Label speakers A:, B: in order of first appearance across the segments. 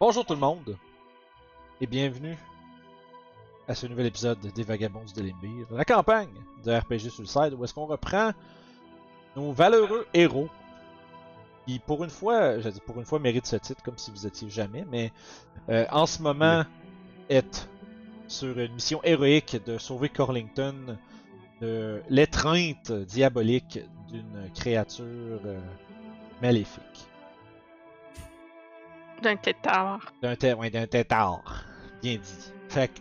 A: Bonjour tout le monde et bienvenue à ce nouvel épisode des Vagabonds de l'Embire, la campagne de RPG Suicide où est-ce qu'on reprend nos valeureux héros qui pour une fois, je dis pour une fois méritent ce titre comme si vous étiez jamais, mais euh, en ce moment est sur une mission héroïque de sauver Corlington de l'étreinte diabolique d'une créature euh, maléfique.
B: D'un tétard.
A: D'un té- ouais, d'un tétard. Bien dit. Fait que,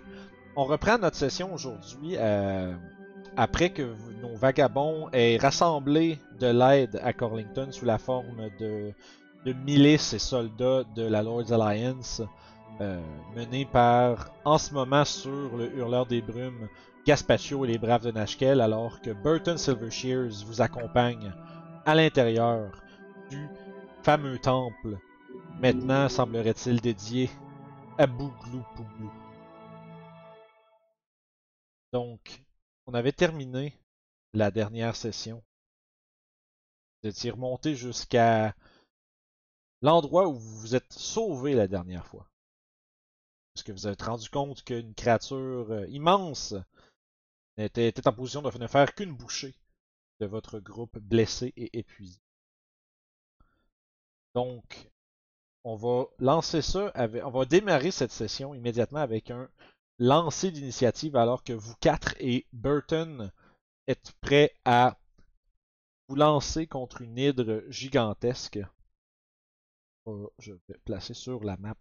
A: on reprend notre session aujourd'hui euh, après que v- nos vagabonds aient rassemblé de l'aide à Corlington sous la forme de, de milices et soldats de la Lord's Alliance euh, menée par, en ce moment, sur le hurleur des brumes, Gaspaccio et les braves de Nashkel, alors que Burton Silvershears vous accompagne à l'intérieur du fameux temple maintenant semblerait-il dédié à Bouglou Pouglou. Donc, on avait terminé la dernière session. Vous étiez remonté jusqu'à l'endroit où vous vous êtes sauvé la dernière fois. Parce que vous êtes rendu compte qu'une créature euh, immense était, était en position de ne faire qu'une bouchée de votre groupe blessé et épuisé. Donc, on va lancer ça, avec- on va démarrer cette session immédiatement avec un lancer d'initiative alors que vous quatre et Burton êtes prêts à vous lancer contre une hydre gigantesque. Euh, Je vais placer sur la map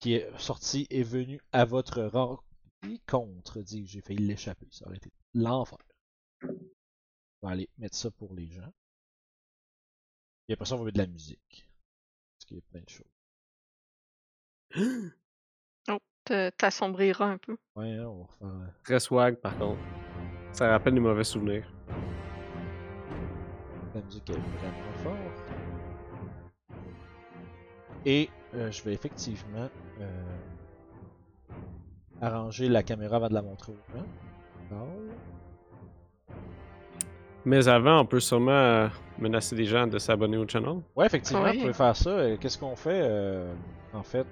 A: qui est sortie et venue à votre rencontre. Dis, j'ai failli l'échapper, ça aurait été l'enfer. On va aller mettre ça pour les gens. Et après ça, on va mettre de la musique. Parce qu'il y a plein de choses.
B: Te- T'assombriras un peu.
A: Ouais, hein, on va refaire.
C: Très swag, par contre. Ça rappelle des mauvais souvenirs.
A: La musique est vraiment forte. Et euh, je vais effectivement euh, arranger la caméra avant de la montrer aux gens. Bon.
C: Mais avant, on peut sûrement euh, menacer des gens de s'abonner au channel.
A: Ouais, effectivement,
B: Ouais.
A: vous pouvez faire ça. Euh, Qu'est-ce qu'on fait euh, en fait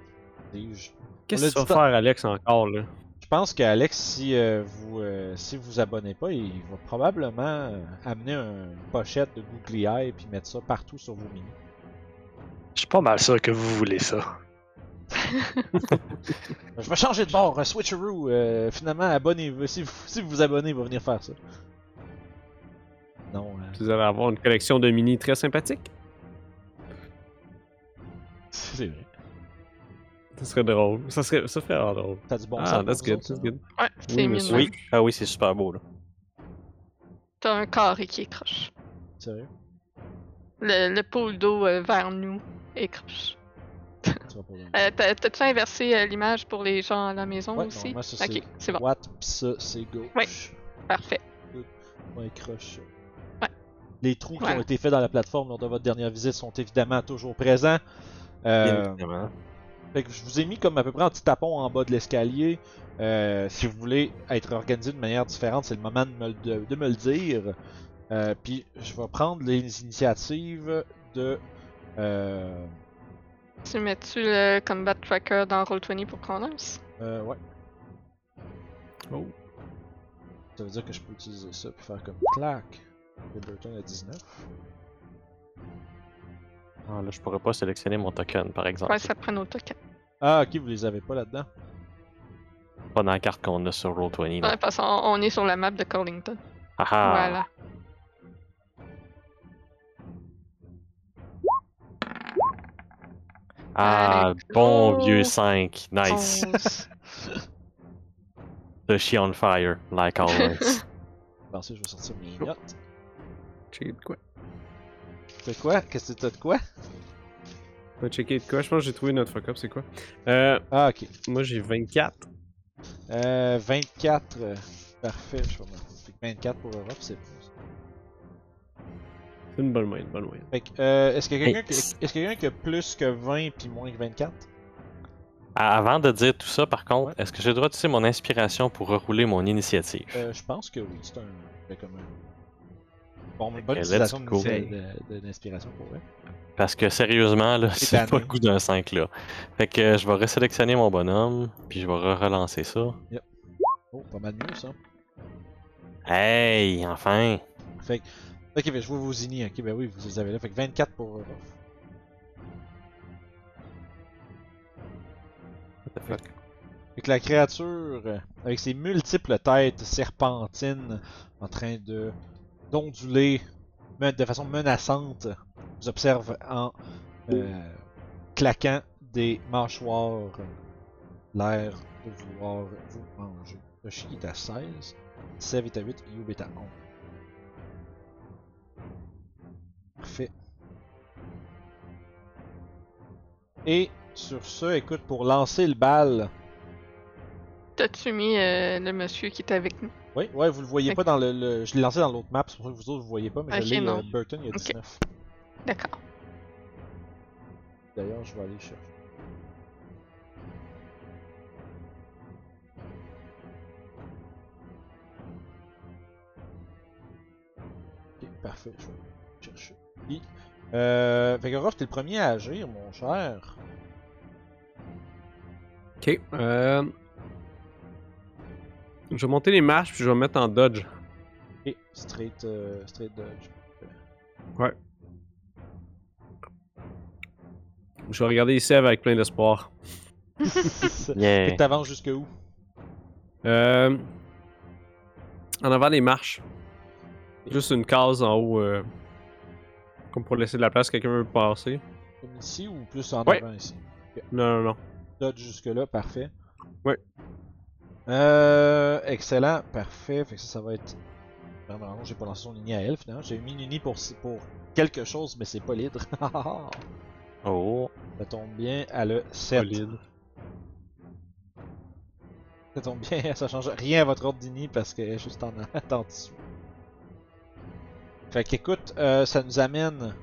A: dis-je?
C: Qu'est-ce que
A: l'a
C: tu vas
A: dit
C: faire, Alex, encore, là?
A: Je pense qu'Alex, si euh, vous euh, si vous abonnez pas, il va probablement euh, amener un- une pochette de Googly Eye puis mettre ça partout sur vos menus.
D: Je suis pas mal sûr que vous voulez ça.
A: Je vais changer de bord, euh, switcheroo. euh, finalement, abonnez-vous. Si vous, si vous vous abonnez, il va venir faire ça. Non, euh,
C: Vous allez avoir une collection de mini très sympathique.
A: c'est vrai.
C: Ça serait drôle. Ça serait, ça serait vraiment drôle.
A: T'as du bon sens.
C: ah,
A: pour
C: that's
A: nous
C: good,
A: autres,
C: that's
A: ça.
C: good.
B: Ouais, c'est
C: monsieur.
B: mignon.
E: Oui, ah oui, c'est super beau là.
B: T'as un carré qui écroche.
A: Sérieux?
B: Le, le pôle d'eau euh, vers nous écroche.
A: Tu vas pas loin.
B: Euh, t'as- T'as-tu inversé euh, l'image pour les gens à la maison
A: Ouais,
B: aussi?
A: normalement, ça,
B: ok, c'est bon,
A: Droite, pis ça, c'est gauche.
B: Ouais. parfait.
A: On écroche.
B: Ouais.
A: Les trous qui ont
B: Voilà.
A: été faits dans la plateforme lors de votre dernière visite sont évidemment toujours présents. Euh,
E: Bien évidemment.
A: Fait que je vous ai mis comme à peu près un petit tapon en bas de l'escalier. Euh, si vous voulez être organisé de manière différente, c'est le moment de me, le- de, de me le dire. Euh, Puis je vais prendre les initiatives de. Euh,
B: Tu mets-tu le combat tracker dans Roll20 pour qu'on lance?
A: euh, ouais,
C: Oh.
A: ça veut dire que je peux utiliser ça pour faire comme clac. Et Burton à 19.
E: Ah, là, je pourrais pas sélectionner mon token par exemple.
B: Ouais, ça prend nos tokens.
A: Ah, ok, vous les avez pas là-dedans.
E: Pas dans la carte qu'on a sur Roll20. là.
B: Ouais, parce qu'on on est sur la map de Corlington.
E: Ah ah.
B: Voilà.
E: Ah,
B: Allez,
E: bon
B: go.
E: vieux 5.
B: Oh.
E: Nice.
B: Onze.
E: The she on fire, like always.
A: Pensez, je vais sortir mes notes.
C: Checker de quoi?
A: T'as quoi Qu'est-ce que t'as de quoi
C: On va checker de quoi? Je pense que j'ai trouvé notre fuck-up, c'est quoi? Euh,
A: Ah, ok.
C: moi, j'ai 24.
A: Euh, 24. euh, Parfait, je vais me- fait que 24 pour Europe, c'est bon.
C: C'est une bonne moyenne, une bonne moyenne.
A: Fait que, euh, est-ce qu'il y a quelqu'un
E: Hey.
A: qui, est-ce qu'il y a quelqu'un qui a plus que 20 puis moins que 24
E: Ah, avant de dire tout ça, par contre,
A: Ouais.
E: est-ce que j'ai le droit d'utiliser mon inspiration pour rerouler mon initiative
A: euh, Je pense que oui, c'est un. c'est comme un- Bon, mais bonne
E: let's
A: utilisation de- euh,
E: go.
A: de- de- d'inspiration pour vrai.
E: Parce que sérieusement, là,
A: C'est
E: c'est pas
A: tanné.
E: le goût d'un 5 là. Fait que euh, je vais resélectionner mon bonhomme, puis je vais re- relancer ça.
A: Oh, pas mal mieux ça.
E: Hey, enfin!
A: Fait que. Ok, ben, je vais vous igner. Ok, ben oui, vous les avez là. Fait que 24 pour. euh,
E: What the fuck?
A: Fait que la créature, euh, avec ses multiples têtes serpentines, en train de d'onduler men- de façon menaçante, vous observe en euh, claquant des mâchoires euh, l'air de vouloir vous manger. Toshi est à 16, Sev est à 8, Yub est à 11. Parfait. Et sur ce, écoute, pour lancer le bal,
B: T'as-tu mis euh, le monsieur qui était avec nous?
A: Oui, ouais, vous le voyez
B: Ok.
A: pas dans le, le- Je l'ai lancé dans l'autre map, c'est pour ça que vous autres vous voyez pas, mais
B: Ok,
A: je l'ai
B: non.
A: euh, Burton, il y a
B: Ok.
A: 19.
B: D'accord.
A: D'ailleurs, je vais aller chercher. Ok, parfait, je vais aller chercher. Puis, Euh, fait que Rof, t'es le premier à agir, mon cher.
C: Ok. Euh... Je vais monter les marches puis je vais me mettre en dodge.
A: Et straight, euh, straight dodge.
C: Je vais regarder ici avec plein d'espoir.
A: Fait que
E: Yeah!
A: t'avances jusque où
C: Euh... En avant les marches. Juste une case en haut. euh, Comme pour laisser de la place, si quelqu'un veut passer.
A: Comme ici ou plus en
C: Ouais.
A: avant ici
C: Non, non, non.
A: Dodge jusque-là, parfait.
C: Ouais.
A: Euh, excellent, parfait. Fait que ça, ça va être. Non, non, j'ai pas lancé son ligne à elle finalement. J'ai mis Nini pour, pour quelque chose, mais c'est pas l'hydre. ça
E: Oh!
A: tombe bien, elle a 7. Ça tombe bien, ça change rien à votre ordre d'ini parce qu'elle est juste en, en dessous. Fait qu'écoute, euh, ça nous amène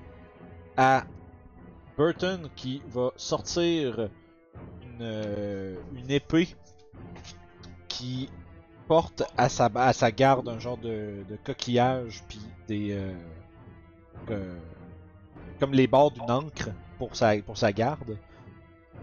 A: à Burton qui va sortir une, euh, une épée qui porte à sa, à sa garde un genre de, de coquillage puis des euh, que- comme les bords d'une ancre pour sa, pour sa garde.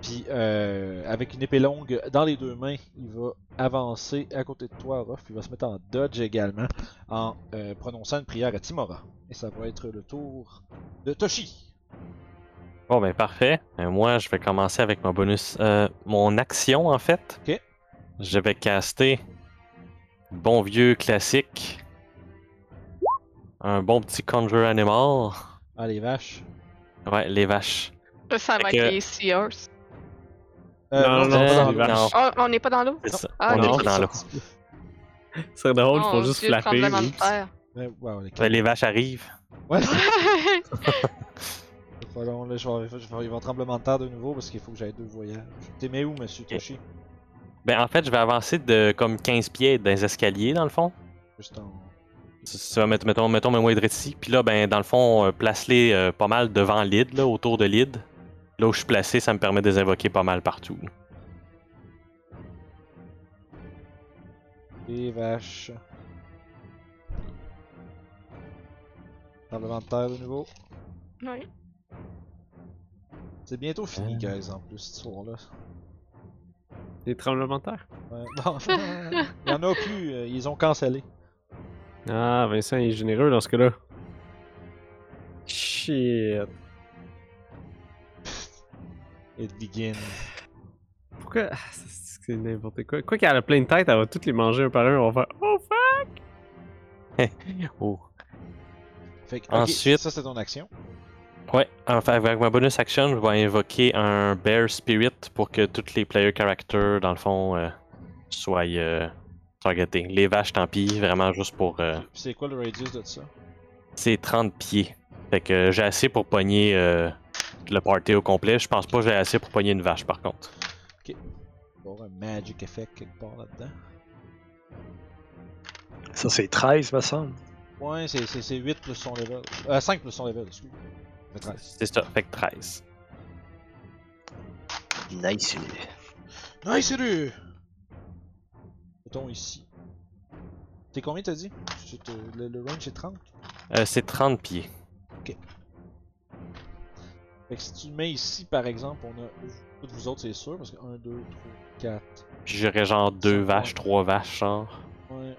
A: Puis euh, avec une épée longue dans les deux mains, il va avancer à côté de toi, Ruff. Il va se mettre en dodge également en euh, prononçant une prière à Timora. Et ça va être le tour de Toshi.
E: Bon, ben parfait. Euh, moi, je vais commencer avec mon bonus. euh, mon action, en fait.
A: Ok.
E: Je vais caster bon vieux classique. Un bon petit Conjure Animal.
A: Ah les vaches.
E: Ouais, les vaches.
B: Là, ça va
E: Fait
B: être
E: que-
B: les Sears.
A: Euh,
C: Non, non,
A: c'est
C: non,
A: pas
E: Euh,
A: dans
C: les
A: le-
C: vaches.
B: Oh, on n'est pas dans l'eau?
E: c'est ça.
B: Ah,
E: On
B: non.
E: est pas dans l'eau.
C: C'est drôle,
B: Oh,
C: ils font juste
B: Dieu,
C: flapper.
B: tremblement de
C: oups.
B: terre.
A: Ouais, ouais, on est
E: Ben, Les vaches arrivent.
A: Ouais, c'est pas long, là, je vais, je vais- je vais avoir un tremblement de terre de nouveau parce qu'il faut que j'aille deux voyages. T'es mais où, monsieur Toshi
E: Ben, en fait, je vais avancer de comme 15 pieds dans les escaliers, dans le fond.
A: Juste en.
E: Tu- tu vas mettre- mettons, mettons, mets-moi de ici. Puis là, ben, dans le fond, euh, place-les euh, pas mal devant l'id, là, autour de l'id. Là où je suis placé, ça me permet de les invoquer pas mal partout.
A: Les vaches. Tremblement de terre de nouveau.
B: Oui.
A: C'est bientôt fini, guys, en plus, cette soir-là.
C: Des tremblements de terre.
A: Ouais, bon, il y en a plus, euh, ils ont cancellé.
C: Ah, Vincent il est généreux dans ce cas-là. Shit.
A: It begins.
C: Pourquoi. ah, c'est- C'est n'importe quoi. Quoi qu'elle a plein de têtes, elle va toutes les manger un par un. On va faire. Oh, fuck!
E: Oh.
A: Fait que, ok,
E: Ensuite-
A: ça c'est ton action.
E: Ouais, enfin, avec ma bonus action, je vais invoquer un Bear Spirit pour que tous les player characters, dans le fond, euh, soient euh, targetés. Les vaches, tant pis, vraiment juste pour. euh,
A: Puis c'est quoi le radius de ça
E: C'est 30 pieds. Fait que j'ai assez pour pogner euh, le party au complet. Je pense pas que j'ai assez pour pogner une vache, par contre.
A: Il va y avoir un magic effect quelque part là-dedans.
D: Ça, c'est 13, me semble.
A: Ouais, c'est- c'est c'est 8 plus son level. Euh, 5 plus son level, excuse. Ça fait 13.
E: C'est ça, fait que 13.
D: Nice.
A: Nice, c'est lui Mettons ici. T'es combien t'as dit C'est, euh, le, le range est 30
E: Euh, c'est 30 pieds.
A: Fait que si tu le mets ici, par exemple, on a. Toutes vous autres, c'est sûr, parce que 1, 2, 3, 4.
E: Puis j'aurais genre deux
A: Ça,
E: vaches,
A: ouais.
E: trois vaches, genre.
A: Ouais,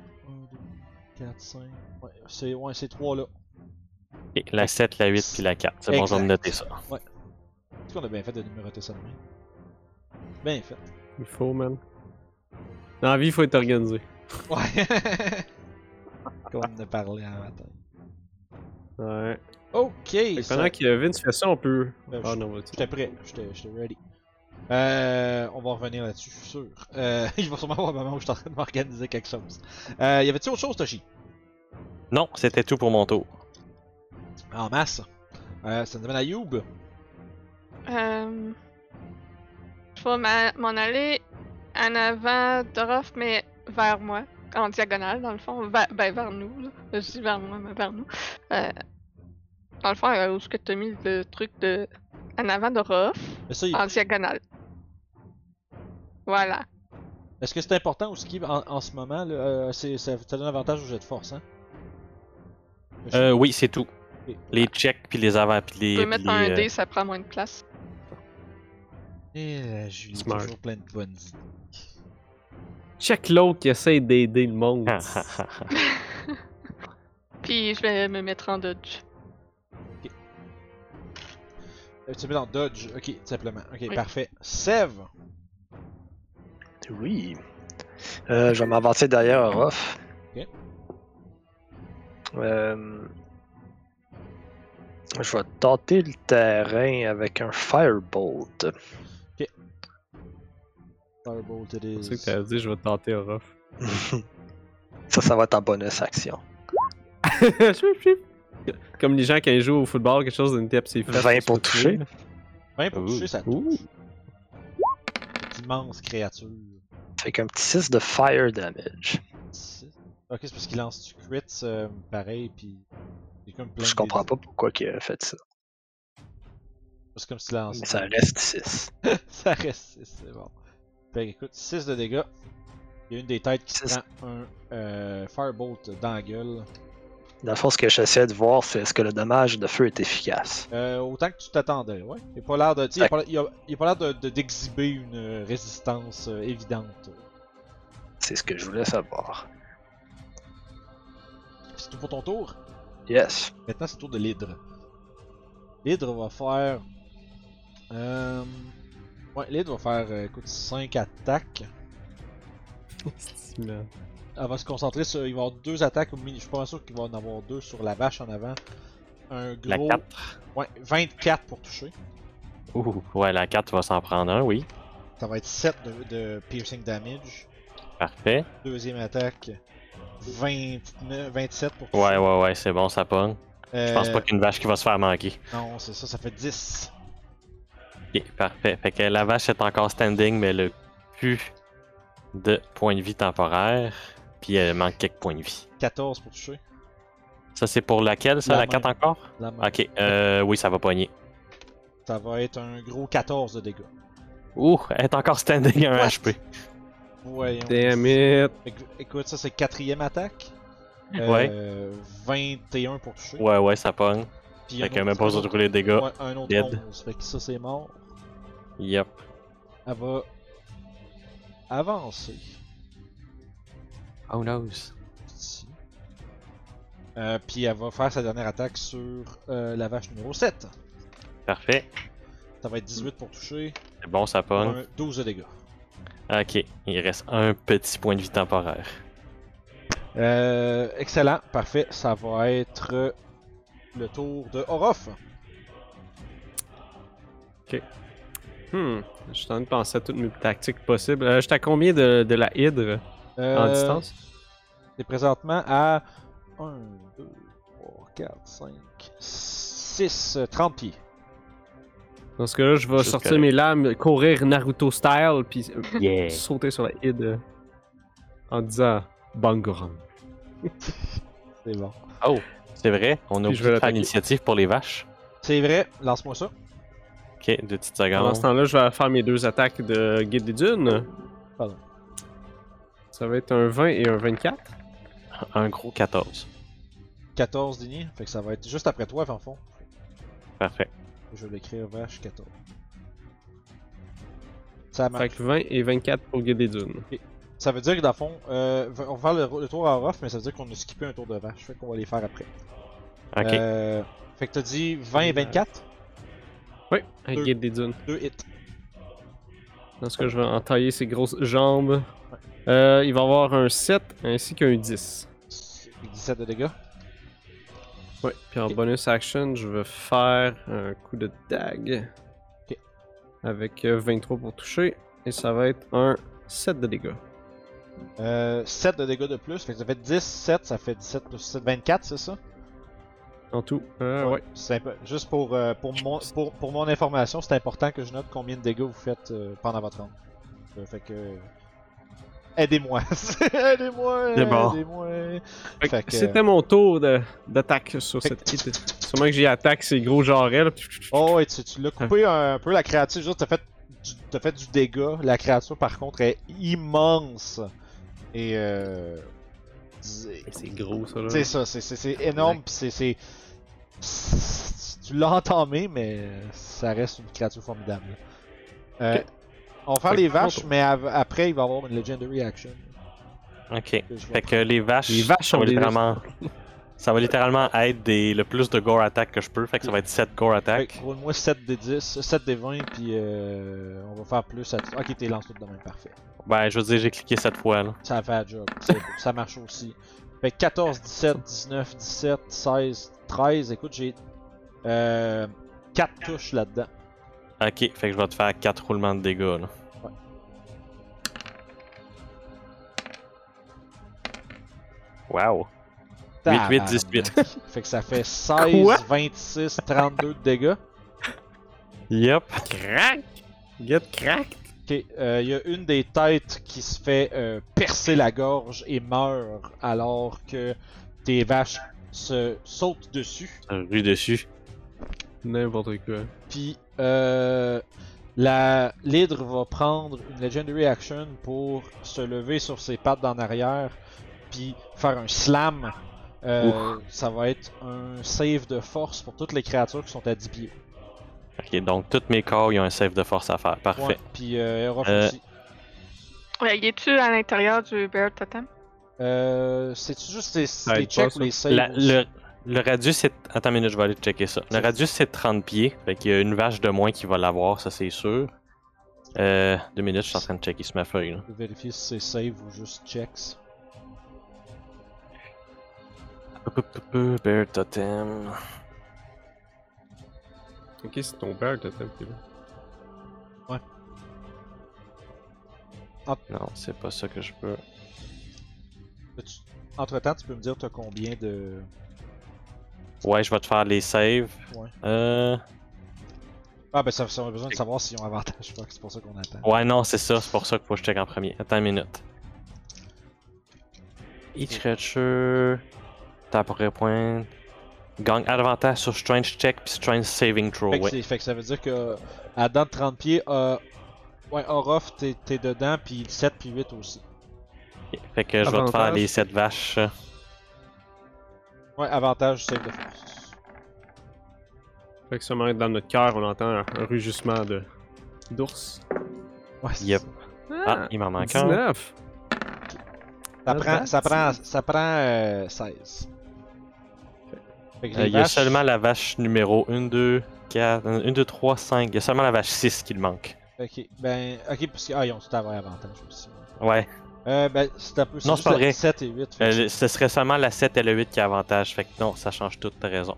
A: 1, 2, 4, 5. Ouais, c'est ouais, ces trois-là.
E: Ok, la 7, la 8, puis la 4. C'est bon, je vais me
A: Exact.
E: noter ça.
A: Est-ce qu'on a bien fait de numéroter ça de même? Bien fait.
C: Il faut, man. Dans la vie, il faut être organisé.
A: Ouais. Comme on en a parlé un matin.
C: Ouais.
A: Ok.
C: Fait que
A: ça-
C: pendant que Vince fait ça, on peut.
A: Ben,
C: Ah
A: je-
C: non, vas-y.
A: J'étais prêt, j'étais j'étais ready. Euh, on va revenir là-dessus, je suis sûr. Euh, il va sûrement avoir un moment où je suis en train de m'organiser quelque chose. Euh, y avait-tu autre chose, Toshi
E: Non, c'était tout pour mon tour.
A: En masse. Euh, ça nous amène à Youb.
B: Euh, je vais m'a- m'en aller en avant d'Orof, mais vers moi, en diagonale, dans le fond. Ve- ben, vers nous. Là. Je dis vers moi, mais vers nous. Euh, dans le fond, euh, où est-ce que t'as mis le truc de. En avant d'Orof,
A: Mais ça, il-
B: en diagonale. Voilà.
A: est-ce que c'est important ou ce qui en, en ce moment là, euh, c'est- ça, ça donne avantage au jet de force, hein
E: Euh, oui, c'est tout.
A: Ok.
E: Les checks, puis les avant, puis
B: Tu
E: les.
B: peux
E: puis
B: mettre
E: les,
B: un
E: euh,
B: dé, ça prend moins de place.
A: Et la Julie,
C: Smart.
A: toujours plein de bonnes idées.
C: Check l'autre qui essaie d'aider le monde.
E: Ah, ah, ah, ah.
B: Puis je vais me mettre en dodge.
A: Euh, Tu mets dans Dodge, ok, tout simplement. Ok,
B: Oui.
A: parfait. Sève
D: Oui. Euh, je vais m'avancer derrière Orof.
A: Ok.
D: Euh, je vais tenter le terrain avec un Firebolt.
A: Firebolt it
C: C'est que
A: is.
C: t'as dit, je vais tenter Orof.
D: ça, ça va être en bonus action.
C: Chouip, chouip. Comme les gens qui jouent au football, quelque chose d'une tape, c'est fait.
D: 20 pour toucher.
A: 20 pour
E: Ouh.
A: toucher, ça touche.
C: Ouh.
A: Cette immense créature.
D: Fait qu'un petit 6 de fire damage.
A: Six. Ok, c'est parce qu'il lance du crit, euh, pareil, puis. c'est comme plein
D: Je
A: de-
D: comprends pas pourquoi il a fait ça.
A: Ah, C'est comme s'il lance.
D: Mais ça reste 6.
A: ça reste, six, c'est bon. Fait que, écoute, 6 de dégâts. Il y a une des têtes qui se
D: Six.
A: prend un euh, Firebolt dans la gueule.
D: Dans le fond, ce que j'essaie de voir, c'est est-ce que le dommage de feu est efficace.
A: Euh, autant que tu t'attendais, ouais. Il a pas l'air de. tu sais, Il a pas l'air- il a- il a pas l'air de- de- d'exhiber une euh, résistance euh, évidente.
D: C'est ce que je voulais savoir.
A: C'est tout pour ton tour.
D: Yes.
A: Maintenant, c'est le tour de l'hydre. L'hydre va faire. Euh... Ouais, l'hydre va faire, euh, écoute, 5 attaques.
C: Esti, man.
A: Elle va se concentrer sur. Il va y avoir deux attaques au mini. Je suis pas sûr qu'il va en avoir deux sur la vache en avant. Un
E: la
A: gros.
E: 4.
A: Ouais, 24 pour toucher.
E: euh, Ouh. Ouais, la 4 va s'en prendre un, oui.
A: Ça va être 7 de, de piercing damage.
E: Parfait.
A: Deuxième attaque. 29, 27 pour toucher.
E: Ouais, ouais, ouais, c'est bon, ça pogne. Je pense
A: Euh,
E: pas qu'une vache qui va se faire manquer.
A: Non, c'est ça, ça fait 10.
E: Ok, parfait. Fait que la vache est encore standing, mais le plus de points de vie temporaire. Puis elle manque quelques points de vie.
A: 14 pour toucher.
E: Ça, c'est pour laquelle, ça,
A: La
E: la, 4
A: même.
E: encore?
A: La main.
E: Ok, euh, oui, ça va pogner.
A: Ça va être un gros 14 de dégâts.
E: Ouh, elle est encore standing à
A: What?
E: 1 HP.
A: Voyons.
C: Damn it.
A: Éc- Écoute, ça c'est quatrième attaque.
E: Ouais.
A: Euh, 21 pour toucher.
E: Ouais, ouais, ça pogne.
A: Puis
E: Fait
A: un
E: qu'elle a
A: autre-
E: même pas besoin de rouler de dégâts.
A: Ouais, un autre
E: Dead.
A: 11. Fait que ça c'est mort.
E: Yep.
A: Elle va avancer
E: Oh no.
A: ici. Euh, puis elle va faire sa dernière attaque sur euh, la vache numéro 7.
E: Parfait.
A: Ça va être 18 pour toucher.
E: C'est bon, ça
A: pour
E: pogne.
A: un 12 de dégâts.
E: Ok, il reste un petit point de vie temporaire.
A: Euh, excellent, parfait. Ça va être le tour de Orof.
C: Hmm. Je suis en train de penser à toutes mes tactiques possibles. Euh, J'étais à combien de, de la hydre
A: Euh,
C: en distance
A: C'est présentement à 1, 2, 3, 4, 5, 6, 30 pieds.
C: Dans ce cas-là, je vais
E: C'est
C: sortir
E: correct.
C: mes lames, courir Naruto style, puis euh,
E: Yeah.
C: sauter sur la hydre en disant Bangoran.
A: C'est bon.
E: C'est vrai, on a
C: Puis je vais
E: oublié de faire
C: l'attaquer.
E: l'initiative pour les vaches.
A: C'est vrai, lance-moi ça.
E: Ok, deux petites
C: Pendant
E: secondes.
C: ce temps-là, je vais faire mes deux attaques de Guide des Dunes.
A: Pardon.
C: Ça va être un 20 et un 24.
E: Un gros 14.
A: 14 Denis, fait que ça va être juste après toi, en fond.
E: Parfait.
A: Je vais l'écrire vache 14. Ça marche.
C: Fait que 20 et 24 pour Guide des Dunes.
A: Ça veut dire que dans le fond, euh, on va faire le, le tour à off, mais ça veut dire qu'on a skippé un tour de vache. Fait qu'on va les faire après.
E: Ok.
A: Euh, fait que t'as dit 20 et 24,
C: Oui, un
A: Deux.
C: Guide des Dunes.
A: 2 hits.
C: Dans ce cas, je vais entailler ses grosses jambes. Euh, il va avoir un 7 ainsi qu'un 10.
A: Puis 17 de dégâts.
C: Ouais, puis en
A: Ok.
C: bonus action, je vais faire un coup de dague.
A: Ok.
C: Avec euh, 23 pour toucher. Et ça va être un 7 de dégâts.
A: Euh, 7 de dégâts de plus, fait que ça fait 10, 7, ça fait 17 plus 7, 24, c'est ça?
C: En tout. Euh, ouais.
A: C'est impo- Juste pour, euh, pour, mon, pour, pour mon information, c'est important que je note combien de dégâts vous faites euh, pendant votre round. Euh, fait que. Aidez-moi! aidez-moi!
E: C'est bon.
A: Aidez-moi!
C: Fait que
A: Fait que-
C: C'était mon tour de- d'attaque sur
A: Fait
C: cette hit. Sûrement que j'y attaque ces gros jarrets. là.
A: Oh, et tu, tu l'as coupé un, peu la créature, juste t'as fait, du- t'as fait du dégât. La créature, par contre, est immense. Et euh. dis-
C: C'est gros ça là.
A: C'est ça, c'est- c'est c'est énorme, pis c'est- c'est. c'est- Tu l'as entamé, mais ça reste une créature formidable. Euh,
C: Ok.
A: On va faire
C: Fait que
A: les
C: c'est mon
A: vaches,
C: tour.
A: mais av- après, il va y avoir une Legendary Action.
E: Ok.
A: que je vais
E: Fait que les vaches,
C: Les vaches
E: ça
C: ont
E: va
C: des-
E: littéralement, ça va littéralement être des, le plus de gore attack que je peux. Fait que ça va être 7 gore
A: Fait
E: attack.
A: que roule-moi 7 des 10, 7 des 20, puis euh, on va faire plus. À... Ok, t'es lancé tout de même, parfait.
E: Ben, je veux dire, j'ai cliqué cette fois là.
A: Ça fait la job, c'est- ça marche aussi. Fait que 14, 17, 19, 17, 16, 13. Écoute, j'ai euh, 4 touches là-dedans.
E: Ok. Fait que je vais te faire 4 roulements de dégâts là. Wow. 8, 8, 18.
A: Fait que ça fait 16,
C: Quoi?
A: 26, 32 de dégâts.
E: Yup.
C: Crac! Get cracked!
A: Ok, euh, il y a une des têtes qui se fait euh, percer la gorge et meurt alors que tes vaches se sautent dessus.
E: Rue dessus.
C: N'importe quoi.
A: Puis euh, la l'hydre va prendre une legendary action pour se lever sur ses pattes d'en arrière, puis faire un slam. Euh, ça va être un save de force pour toutes les créatures qui sont à 10 pieds.
E: Ok. Donc, tous mes corps, ils ont un save de force à faire. Parfait.
A: Ouais, Puis euh, Erof
E: Euh.
A: aussi.
B: Ouais, y Euh, est-tu à l'intérieur du Bear Totem?
A: Euh, C'est-tu juste les,
C: Ah,
A: les
C: il
A: checks
C: passe,
A: ou les saves
E: La-
A: aussi?
E: le, le radius c'est. Attends une minute, je vais aller checker ça. Le radius c'est 30 pieds. Fait qu'il y a une vache de moins qui va l'avoir, ça c'est sûr. Euh, deux minutes, je suis en train de checker sur ma feuille. là.
A: Je vais Vérifier si c'est save ou juste checks.
E: Bear Totem.
C: Ok, c'est ton père que t'as pris là.
E: Non, c'est pas ça que je peux.
A: Peux-tu- Entre-temps, tu peux me dire t'as combien de...
E: Ouais, je vais te faire les saves.
A: Ouais.
E: Euh,
A: Ah ben ça, ça on a besoin de savoir s'ils ont avantage, je crois que c'est pour ça qu'on attend.
E: ouais, non, c'est ça. C'est pour ça qu'il faut que je check en premier. Attends une minute. Each creature. Tape point. Gagne avantage sur Strange Check puis Strange Saving Throw.
A: Fait que,
E: ouais.
A: c'est- fait que ça veut dire que à dedans de 30 pieds, euh, ouais, Orof, t'es t'es dedans, puis 7 puis 8 aussi.
E: Fait que je vais te faire
C: Avantage.
E: les 7 vaches. Ah,
A: Ouais, avantage, save de force.
C: Fait que sûrement dans notre cœur, on entend un un rugissement de. d'ours.
A: Ouais, c'est
E: Yep.
A: ça.
E: Ah, il m'en manque un.
C: 19!
A: ça
C: Ah,
A: prend, ça
C: c'est-
A: prend, ça prend euh, 16. Fait que
E: Euh,
A: les
E: il y a
A: vaches-
E: seulement la vache numéro 1, 2, 4, 1, 2, 3, 5. Il y a seulement la vache 6 qui le manque.
A: Ok, ben, ok, parce que- ah, ils ont tout avoir avantage aussi. ouais.
E: Ouais.
A: Euh, ben, c'est un peu
E: Non, c'est pas vrai.
A: 7 et 8. fait
E: Euh,
A: que
E: le- ce serait seulement la 7 et le 8 qui a avantage. Fait que non, ça change tout, t'as raison.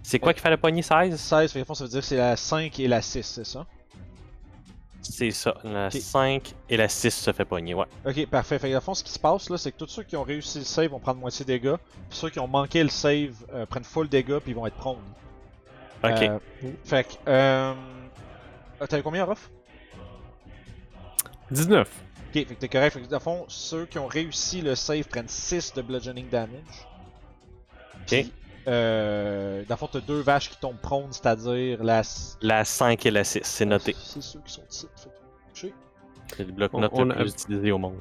E: C'est quoi
A: Ouais.
E: qu'il fallait pogner 16
A: 16, fait que au fond, ça veut dire que c'est la 5 et la 6, c'est ça?
E: C'est ça. La
A: Ok.
E: 5 et la 6 se fait pogner, ouais.
A: Ok, parfait. Fait que, au fond, ce qui se passe, là, c'est que tous ceux qui ont réussi le save vont prendre moitié dégâts, puis ceux qui ont manqué le save euh, prennent full dégâts, puis ils vont être prone.
E: Ok.
A: Euh, fait que. Euh... ah, T'as eu combien, Ruff
C: 19!
A: Ok, fait que t'es correct. Fait que, dans le fond, ceux qui ont réussi le save prennent 6 de bludgeoning damage. Puis, euh, dans le fond, t'as deux vaches qui tombent prone, c'est-à-dire la.
E: La 5 et la 6, c'est noté.
A: C'est ceux qui sont ici. Fait que- touché.
E: C'est le bloc
C: On-
E: note
C: on
E: le
C: a-
E: plus utilisé au monde.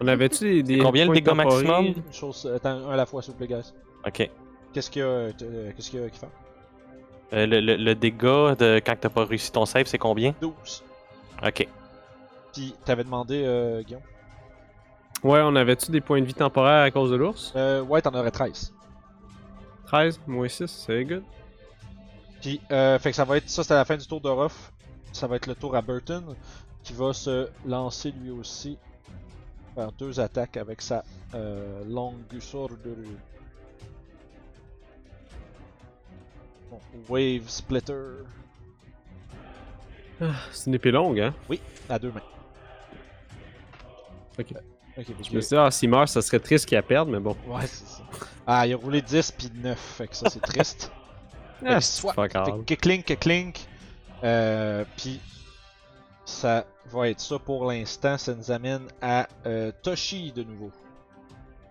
C: On avait-tu des. des
E: Combien le
C: points
E: dégât
C: temporaires?
E: maximum
A: Une chose. Attends, un à la fois, s'il vous plaît, guys.
E: Ok.
A: Qu'est-ce qu'il y a, euh, t- euh, qu'est-ce qu'il y a qui fait
E: Euh, le, le- le dégât de quand t'as pas réussi ton save, c'est combien
A: 12.
E: Ok.
A: Puis t'avais demandé, euh, Guillaume
C: Ouais, on avait-tu des points de vie temporaires à cause de l'ours
A: euh, Ouais, t'en aurais 13.
C: 13, moins 6, c'est good.
A: Puis, euh, fait que ça va être ça, c'est à la fin du tour de Ruff. Ça va être le tour à Burton qui va se lancer lui aussi faire deux attaques avec sa euh, longue sourde. Bon, wave splitter
C: C'est une épée longue, hein
A: à deux mains. Euh,
C: Ok.
A: Ok, parce
C: Je
A: que-
C: me suis dit, ah, s'il meurt, ça serait triste qu'il la perde, mais bon.
A: Ouais, c'est ça. Ah, il a roulé 10 puis 9, fait que ça c'est triste. Fait que
C: Ah,
A: soit-
C: fuck
A: Fait
C: all.
A: que clink, que clink. Euh, Puis ça va être ça pour l'instant. Ça nous amène à euh, Toshi de nouveau.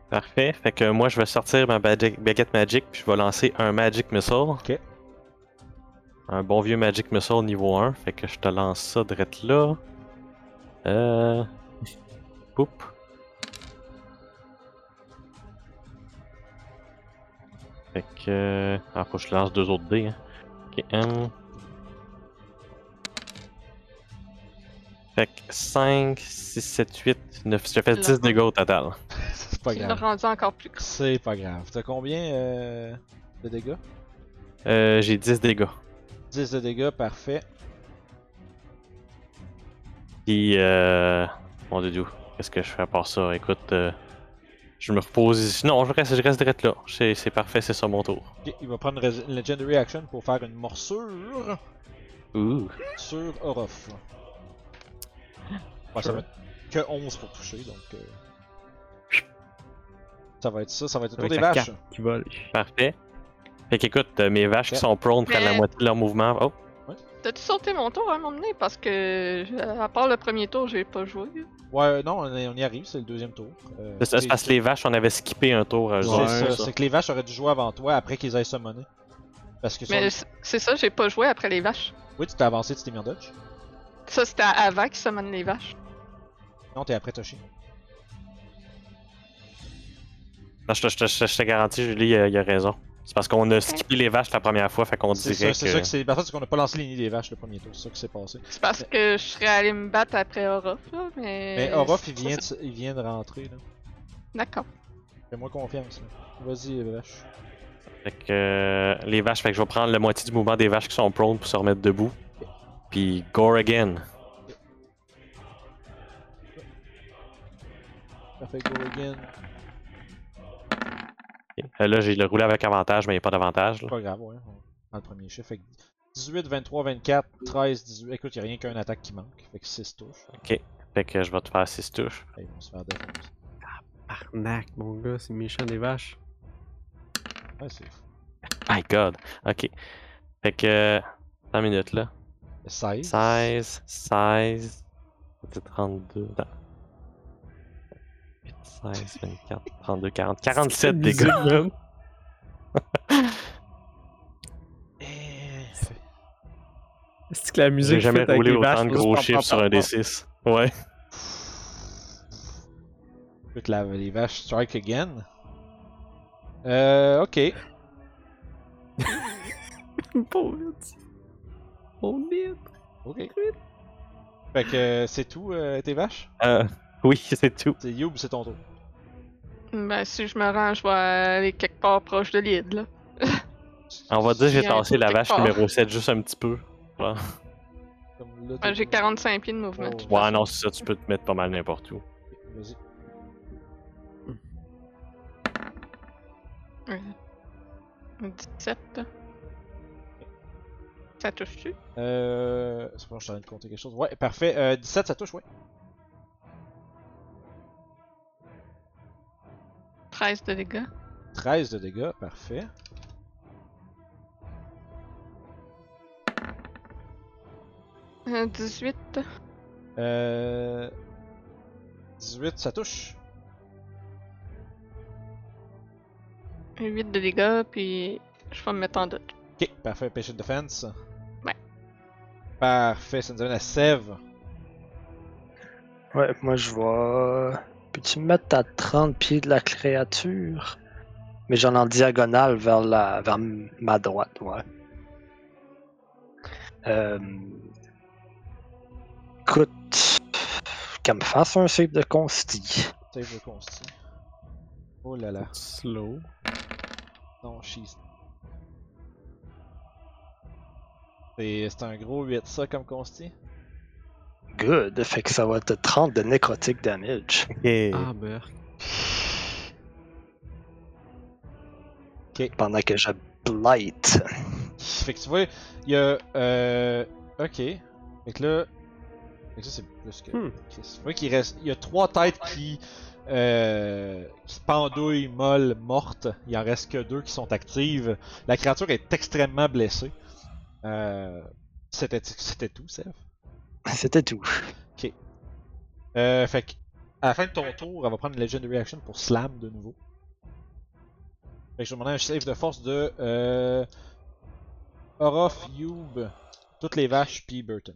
E: Parfait. Fait que moi, je vais sortir ma bagi- baguette magic, puis je vais lancer un magic missile. Ok. Un bon vieux magic missile niveau 1. Fait que je te lance ça direct là. Euh. Poup. Fait que. Ah, faut que je lance deux autres dés. Hein. Ok, hum. Fait que 5, 6, 7, 8, 9. J'ai fait
B: Là.
E: 10 dégâts au total.
A: c'est pas
B: Tu l'as
A: grave.
B: rendu encore plus gros.
A: C'est pas grave. T'as combien euh, de dégâts
E: Euh, j'ai 10 dégâts.
A: 10 de dégâts, parfait.
E: Puis, euh... Mon doudou, qu'est-ce que je fais à part ça? Écoute, euh, je me repose ici. Non, je reste, je reste direct là. C'est c'est parfait, c'est ça mon tour.
A: Ok, il va prendre res- une Legendary Action pour faire une morsure
E: Ouh.
A: sur Orof. Ouais, ça va être que 11 pour toucher, donc. euh, Ça va être ça, ça va être le tour
C: Avec
A: des
C: la
A: vaches.
C: Qui vole.
E: Parfait. Fait qu'écoute, euh, mes vaches qui sont prone prennent la
B: Mais-
E: moitié de leur mouvement. Oh,
B: T'as-tu sauté mon tour à un moment donné? Parce que, euh, à part le premier tour, j'ai pas joué.
A: Ouais, euh, non, on y on y arrive, c'est le deuxième tour. Euh,
E: ça se
A: les-
E: passe les vaches, on avait skippé un tour. euh,
A: C'est
E: genre,
A: ça,
E: ça.
A: c'est que les vaches auraient dû jouer avant toi après qu'ils aient summoné. Parce que
B: Mais
A: ça,
B: c'est- c'est ça, j'ai pas joué après les vaches.
A: oui, tu t'es avancé, tu t'es mis en dodge.
B: Ça, c'était avant qu'ils summonent les vaches.
A: Non, t'es après Toshi.
E: Non, je, te- je te- je te- je te garantis, Julie, il a raison. C'est parce qu'on a skippé les vaches la première fois, fait qu'on
A: C'est
E: dirait
A: ça, c'est ça
E: que.
A: que c'est. Par contre, c'est qu'on n'a pas lancé l'ennemi des vaches le premier tour, c'est ça qui s'est passé.
B: C'est parce que je serais allé me battre après Orof, là, mais.
A: Mais Orof, il vient, de... il vient de rentrer, là.
B: D'accord.
A: Fais-moi confiance, là. Vas-y, les vaches.
E: Fait que euh, les vaches, fait que je vais prendre la moitié du mouvement des vaches qui sont prone pour se remettre debout. Puis gore again.
A: Parfait, go again.
E: Euh, là, j'ai le roulé avec avantage, mais il n'y a pas d'avantage. là.
A: Pas grave, ouais. On prend le premier chiffre. Fait que 18, 23, 24, 13, 18. Écoute, y a rien qu'un attaque qui manque. Fait que 6 touches.
E: Fait que je vais te faire 6 touches.
A: Allez, on se fait défoncer.
C: Arnaque, mon gars, c'est méchant des vaches.
A: Ouais, c'est
E: My god. Ok. Fait que. 100 minutes là.
A: 16.
E: 16, 16. C'était 32. Attends. 8, 16, 24, 32, 40. 47 dégâts.
C: man.
A: Eh,
C: C'est que la musique
E: J'ai jamais
C: faite avec
E: roulé
C: les vaches,
E: autant de gros
C: pam, pam,
E: chiffres sur
C: pam,
E: un
C: pam.
E: D6. Ouais.
A: Écoute, la- les vaches strike again. Euh, ok.
C: Pauvre petit. On est.
A: Ok. Fait que euh, c'est tout, euh, tes vaches?
E: Euh, oui, c'est tout.
A: C'est Youb, c'est ton tour.
B: Ben, si je me rends, je vais aller quelque part proche de l'île, là.
E: On va dire que j'ai
B: Il y a un
E: tassé la
B: truc
E: vache
B: fort.
E: numéro 7 juste un petit peu.
A: Comme là,
B: Ben,
A: t'es-
B: j'ai 45 pieds de mouvement.
A: Oh.
E: Ouais, non, c'est ça, tu peux te mettre pas mal n'importe où.
A: Vas-y.
B: Euh, 17. Ça touche-tu?
A: Euh. C'est bon, je suis en train de compter quelque chose. Ouais, parfait. Euh, 17, ça touche, ouais.
B: 13 de dégâts.
A: 13 de dégâts, parfait.
B: Euh, 18.
A: Euh. 18, ça touche.
B: 8 de dégâts, puis je vais me mettre en doute.
A: Ok, parfait. Patient Defense.
B: Ouais.
A: Parfait, ça nous amène à Sève.
D: Ouais, moi je vais. Peux-tu me mettre à 30 pieds de la créature Mais j'en ai en diagonale vers, la, vers m- ma droite, ouais. Euh... Écoute, qu'elle me fasse un save de consti.
A: Save de consti. Oh là là.
C: Slow.
A: Non, she's. C'est c'est un gros 8 ça comme consti.
D: Good, fait que ça va être 30 de nécrotique damage.
C: Ah, merde.
D: Pendant que je blight.
A: Fait que tu vois, il y a. Euh, ok. Fait que là. Fait que ça, c'est plus que.
C: Hmm.
A: Chris. Tu vois qu'il reste. Il y a trois têtes qui. Euh, qui pendouillent, molles, mortes. Il en reste que deux qui sont actives. La créature est extrêmement blessée. Euh, c'était, c'était tout, Seth.
D: C'était tout.
A: Euh, fait que, à la fin de ton tour, elle va prendre une Legendary Action pour Slam de nouveau. Fait que je vais demander un save de force de euh, Orof, Youb, toutes les vaches, puis Burton.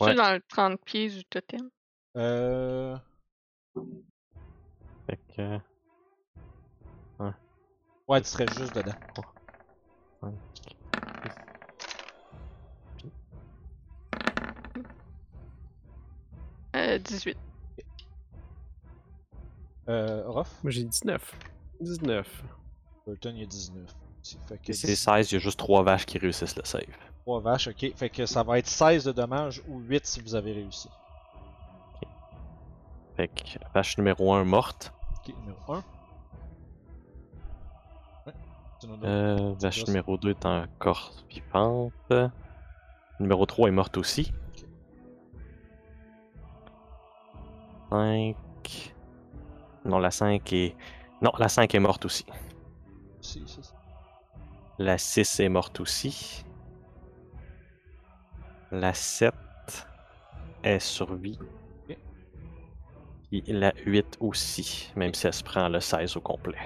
E: Ouais.
B: Je suis dans le 30 pieds du totem.
A: Euh,
E: Fait que-
A: ouais, tu serais juste dedans.
B: Euh, 18.
A: Euh, Orof,
C: Moi, j'ai 19. 19.
A: Burton, il y a 19. aussi. Fait que
E: C'est 16, il y a juste 3 vaches qui réussissent le save.
A: 3 vaches, ok. Fait que ça va être 16 de dommages ou 8 si vous avez réussi.
E: Fait que vache numéro 1 morte.
A: Ok, numéro 1. Ouais. C'est notre-
E: Euh, vache
A: Yes.
E: numéro 2 est encore vivante. Numéro 3 est morte aussi. 5. Non, la 5 est. Non, la 5 est morte aussi.
A: Si, si, si.
E: La 6 est morte aussi. La 7 est survie.
A: Ok.
E: Et la 8 aussi, même si elle se prend le 16 au complet.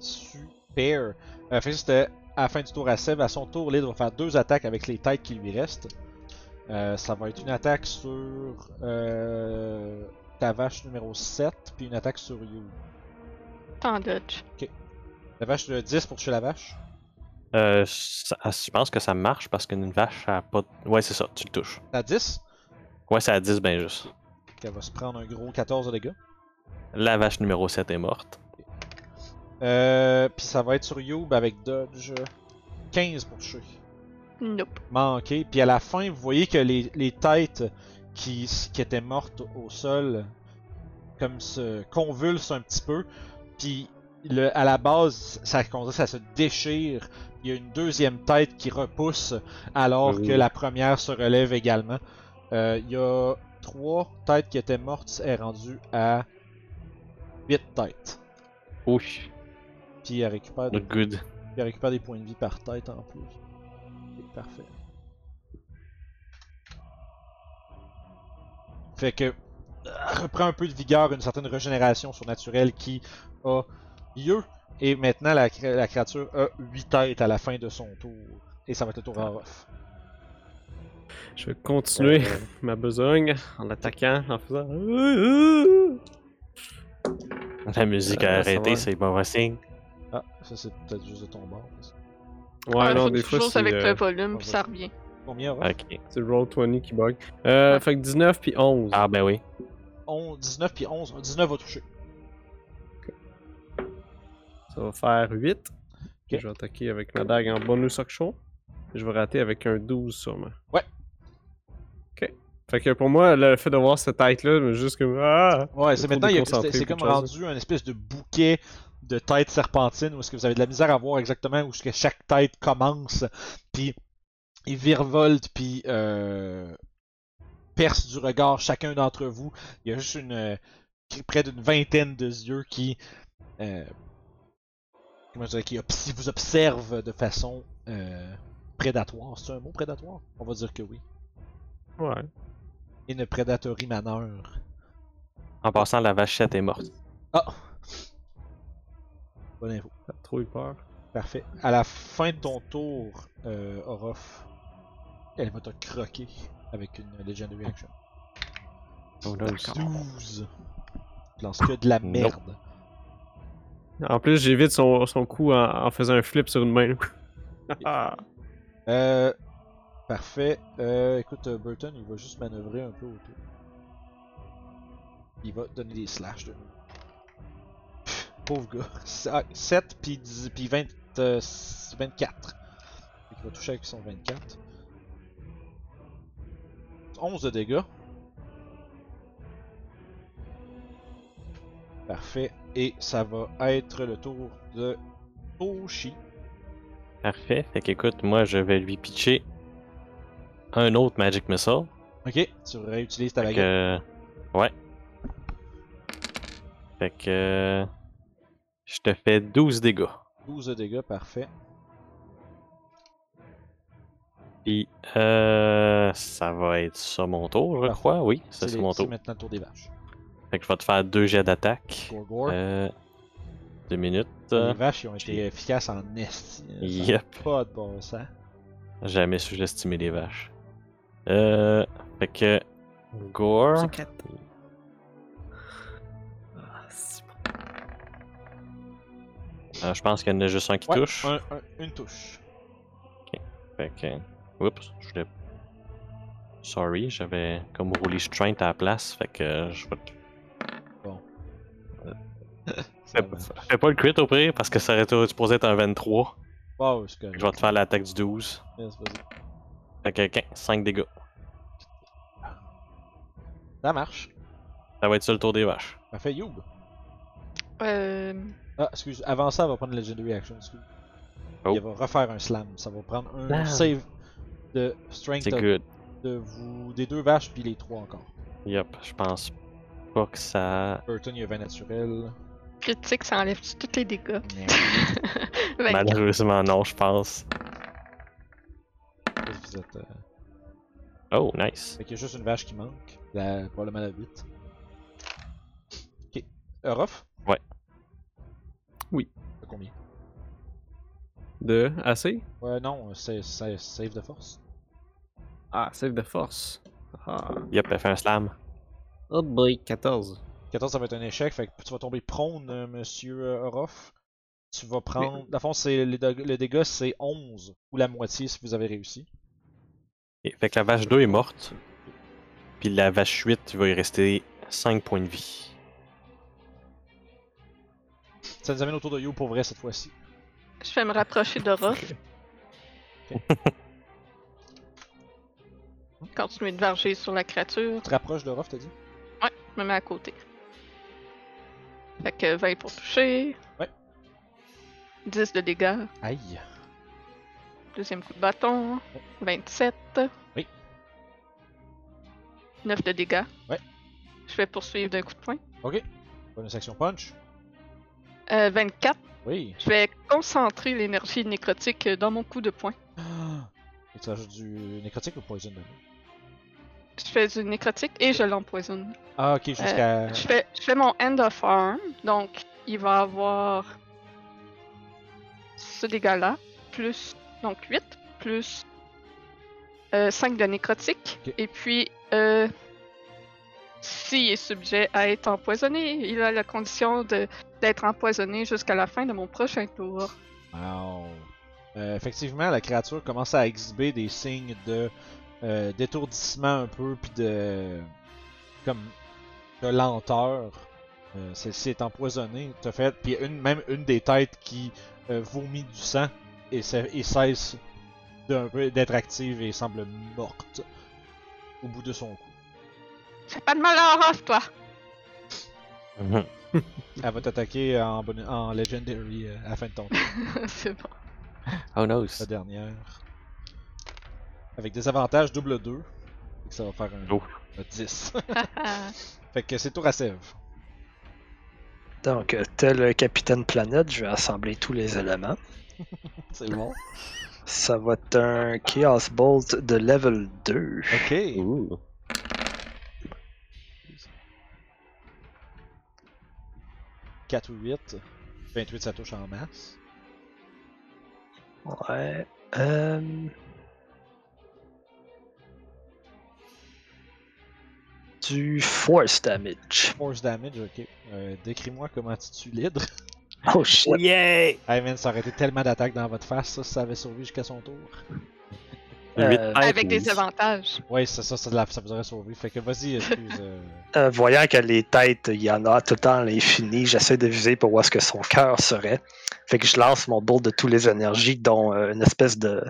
A: Super. Euh, fait que c'était à la fin du tour à Seb. À son tour, Lyd va faire deux attaques avec les têtes qui lui restent. Euh, ça va être une attaque sur euh, ta vache numéro 7, puis une attaque sur You.
B: Tant dodge.
A: La vache de 10 pour tuer la vache.
E: Euh, ça- je pense que ça marche parce qu'une vache a pas. de- Ouais, c'est ça, tu le touches.
A: La 10,
E: Ouais, c'est à 10, ben juste.
A: qu'elle va se prendre un gros 14 de dégâts.
E: La vache numéro 7 est morte.
A: Euh, puis ça va être sur You ben, avec Dodge. 15 pour toucher.
B: Nope.
A: manqué. Puis à la fin, vous voyez que les, les têtes qui, qui étaient mortes au sol, comme se convulsent un petit peu. Puis le, à la base, ça, qu'on dirait, ça se déchire. Il y a une deuxième tête qui repousse, alors
E: Oui.
A: que la première se relève également. Euh, Il y a trois têtes qui étaient mortes, est rendu à huit têtes.
E: Ouh,
A: Puis elle récupère de puis
E: good.
A: elle récupère des points de vie par tête en plus. C'est parfait. Fait que euh, reprend un peu de vigueur, une certaine régénération surnaturelle qui a lieu. Et maintenant, la, cré- la créature a 8 têtes à la fin de son tour. Et ça va être le tour à off.
C: Je vais continuer ma besogne en attaquant, en faisant. Moi,
E: La musique
C: Euh,
E: a
C: ça va.
E: arrêté, c'est bon signe.
A: Ah, ça c'est peut-être juste de ton bord. ça.
C: Ouais,
B: Ah,
C: non,
B: faut
C: des
B: que tu
C: fois,
B: joues
C: c'est
B: avec le
C: euh,
A: on
B: volume, puis
A: va-
B: ça revient.
A: Combien aura
E: Ok.
C: c'est Roll20 qui bug. Euh, fait que 19 puis 11.
E: Ah, ben oui.
A: 11, 19 puis 11. 19 va toucher.
C: Ça va faire 8. Je vais attaquer avec ma dague en bonus action. Je vais rater avec un 12 sûrement.
A: Ouais.
C: Ok. Fait que pour moi, le fait de voir cette tête-là, mais juste comme. Ah!
A: Ouais,
C: Le
A: c'est
C: tour
A: maintenant,
C: des
A: il y a-
C: concentrés,
A: c'est c'est
C: quelque
A: comme
C: chose.
A: rendu un espèce de bouquet de têtes serpentines où est-ce que vous avez de la misère à voir exactement où est-ce que chaque tête commence, puis ils virevoltent, puis euh, percent du regard chacun d'entre vous. Il y a juste une euh, près d'une vingtaine de yeux qui euh, comment je dirais, qui obs- vous observent de façon euh, prédatoire. C'est un mot prédatoire On va dire que oui.
C: Ouais.
A: Et une predatory manœuvre.
E: En passant, la vachette est morte.
A: Ah Bonne info.
C: T'as trop eu peur.
A: Parfait. À la fin de ton tour, euh, Orof, elle va te croquer avec une Legendary Action.
E: Oh, là,
A: 12. Tu lances que de la
E: Nope.
A: merde.
C: En plus, j'évite son, son coup en, en faisant un flip sur une main. Ah.
A: Euh, parfait. Euh, écoute, euh, Burton, il va juste manœuvrer un peu autour. Il va te donner des slash. De... Pff, pauvre gars. 7 puis 10, puis 20, euh, 24. Fait qu'il va toucher avec son 24. 11 de dégâts. Parfait. Et ça va être le tour de Toshi.
E: Parfait. Fait qu'écoute, moi je vais lui pitcher un autre Magic Missile.
A: Ok, tu réutilises ta
E: Fait
A: baguette.
E: que. Ouais. Fait que. Je te fais 12 dégâts.
A: 12 de dégâts, parfait.
E: Puis, euh, ça va être ça mon tour, je
A: Parfait.
E: crois. Oui, ça c'est
A: les-
E: mon tour.
A: maintenant le tour des vaches.
E: Fait que je vais te faire deux jets d'attaque.
A: Gorgor,
E: Euh, deux minutes.
A: les vaches, ils ont été
E: j'ai-
A: efficaces en esti. hein, ça
E: Yep.
A: a Pas de bon sens.
E: Jamais sous-estimé les vaches. Euh, fait que. Gore.
F: Secrète. Ah, c'est bon.
E: euh, je pense qu'il y en a juste un qui
A: Ouais,
E: touche.
A: un- un- une touche.
E: Fait que. Oups, je voulais. Sorry, j'avais comme roulé strength à la place. Fait que je vais te-
A: Ça
E: Yep.
A: va.
E: fais pas le crit au pire parce que ça aurait été supposé être un 23.
A: Wow, c'est correct.
E: Je vais te faire l'attaque du 12.
A: Yes, vas-y.
E: Fait que 15, 5 dégâts.
A: Ça marche.
E: Ça va être ça le tour des vaches.
A: Parfait, Youb.
B: Euh,
A: Ah, excuse, avant ça, elle va prendre le Legendary Action. Excuse.
E: Oh.
A: Il va refaire un slam. Ça va prendre un
E: Ah.
A: save de strength
E: C'est
A: of-
E: good.
A: de vous, des deux vaches puis les trois encore.
E: Yep, je pense pas que ça.
A: Burton, il a 20 naturel.
B: critique, ça enlève tous les dégâts. Ben,
A: Merde.
B: Vingt-quatre.
E: Malheureusement, non, je pense.
A: Vous êtes, euh,
E: Oh, nice.
A: Fait qu'il y a juste une vache qui manque. La, probablement la 8. Ok. Euh, Orof
E: Ouais.
C: Oui.
A: T'as combien
C: De assez
A: Ouais, non, euh, c'est c'est- save de force.
C: Ah, save de force. Ah.
E: Yep, elle fait un slam.
C: Oh boy, 14.
A: 14, ça va être un échec. Fait que tu vas tomber prone, euh, monsieur euh, Orof. Tu vas prendre. Dans le fond, c'est, le, dég- le dégât, c'est 11 ou la moitié si vous avez réussi.
E: Et- fait que la vache 2 est morte. Puis la vache 8, il va y rester 5 points de vie.
A: Ça nous amène autour de You pour vrai cette fois-ci.
B: Je vais me rapprocher de Rof. Continuer de varger sur la créature.
A: Tu te rapproches d'Orof, t'as dit
B: Je me mets à côté. Fait que 20 pour toucher.
A: Ouais.
B: 10 de dégâts.
A: Aïe.
B: Deuxième coup de bâton. 27.
A: Oui.
B: 9 de dégâts.
A: Ouais.
B: Je vais poursuivre d'un coup de poing.
A: Ok. Bonne action punch.
B: Euh, 24.
A: Oui.
B: Je vais concentrer l'énergie nécrotique dans mon coup de poing.
A: Et tu rajoutes du nécrotique ou poison dedans?
B: Je fais du nécrotique et je l'empoisonne.
A: Ah, ok, jusqu'à.
B: Je fais, je fais mon end of arm, donc il va avoir ce dégât-là, plus donc 8, plus 5 de nécrotique,
A: Ok.
B: et puis euh, s'il est subjet à être empoisonné, il a la condition de- d'être empoisonné jusqu'à la fin de mon prochain tour.
A: Wow. Euh, effectivement, la créature commence à exhiber des signes de euh, d'étourdissement un peu, puis de comme de lenteur. Euh, Celle-ci est empoisonnée, t'as fait, puis une même une des têtes qui euh, vomit du sang et, se- et cesse d'un peu d'être active et semble morte au bout de son cou.
B: Fais pas de mal à off, toi!
E: Mhm.
A: Elle va t'attaquer en, bon- en legendary euh, à la fin de ton tour,
B: C'est bon.
E: oh no.
A: la dernière. Avec des avantages double 2. Ça va faire un
E: Oh.
A: un 10.
B: Ah,
A: Fait que c'est tour à Sèvres.
D: Donc, euh, tel euh, capitaine planète, je vais assembler tous les éléments.
A: C'est bon.
D: Ça va être un Chaos Bolt de level 2.
A: Ok.
E: Ouh.
A: Excuse. 4 ou 8. 28, ça touche en masse.
D: Ouais. Euh... Du force damage.
A: Force damage, ok. Euh, Décris-moi comment tu tues l'hydre.
D: Oh shit.
C: Yeah!
A: Hey man, ça aurait été tellement d'attaques dans votre face, ça, si ça avait survécu jusqu'à son tour.
D: Euh,
E: Huit têtes,
B: Avec
E: oui.
B: des avantages.
A: Ouais, c'est ça, ça, de la- ça vous aurait sauvé. Fait que vas-y, excuse. euh,
D: Euh, voyant que les têtes, il y en a tout le temps à l'infini, j'essaie de viser pour voir ce que son cœur serait. Fait que je lance mon bolt de tous les énergies, dont euh, une espèce de,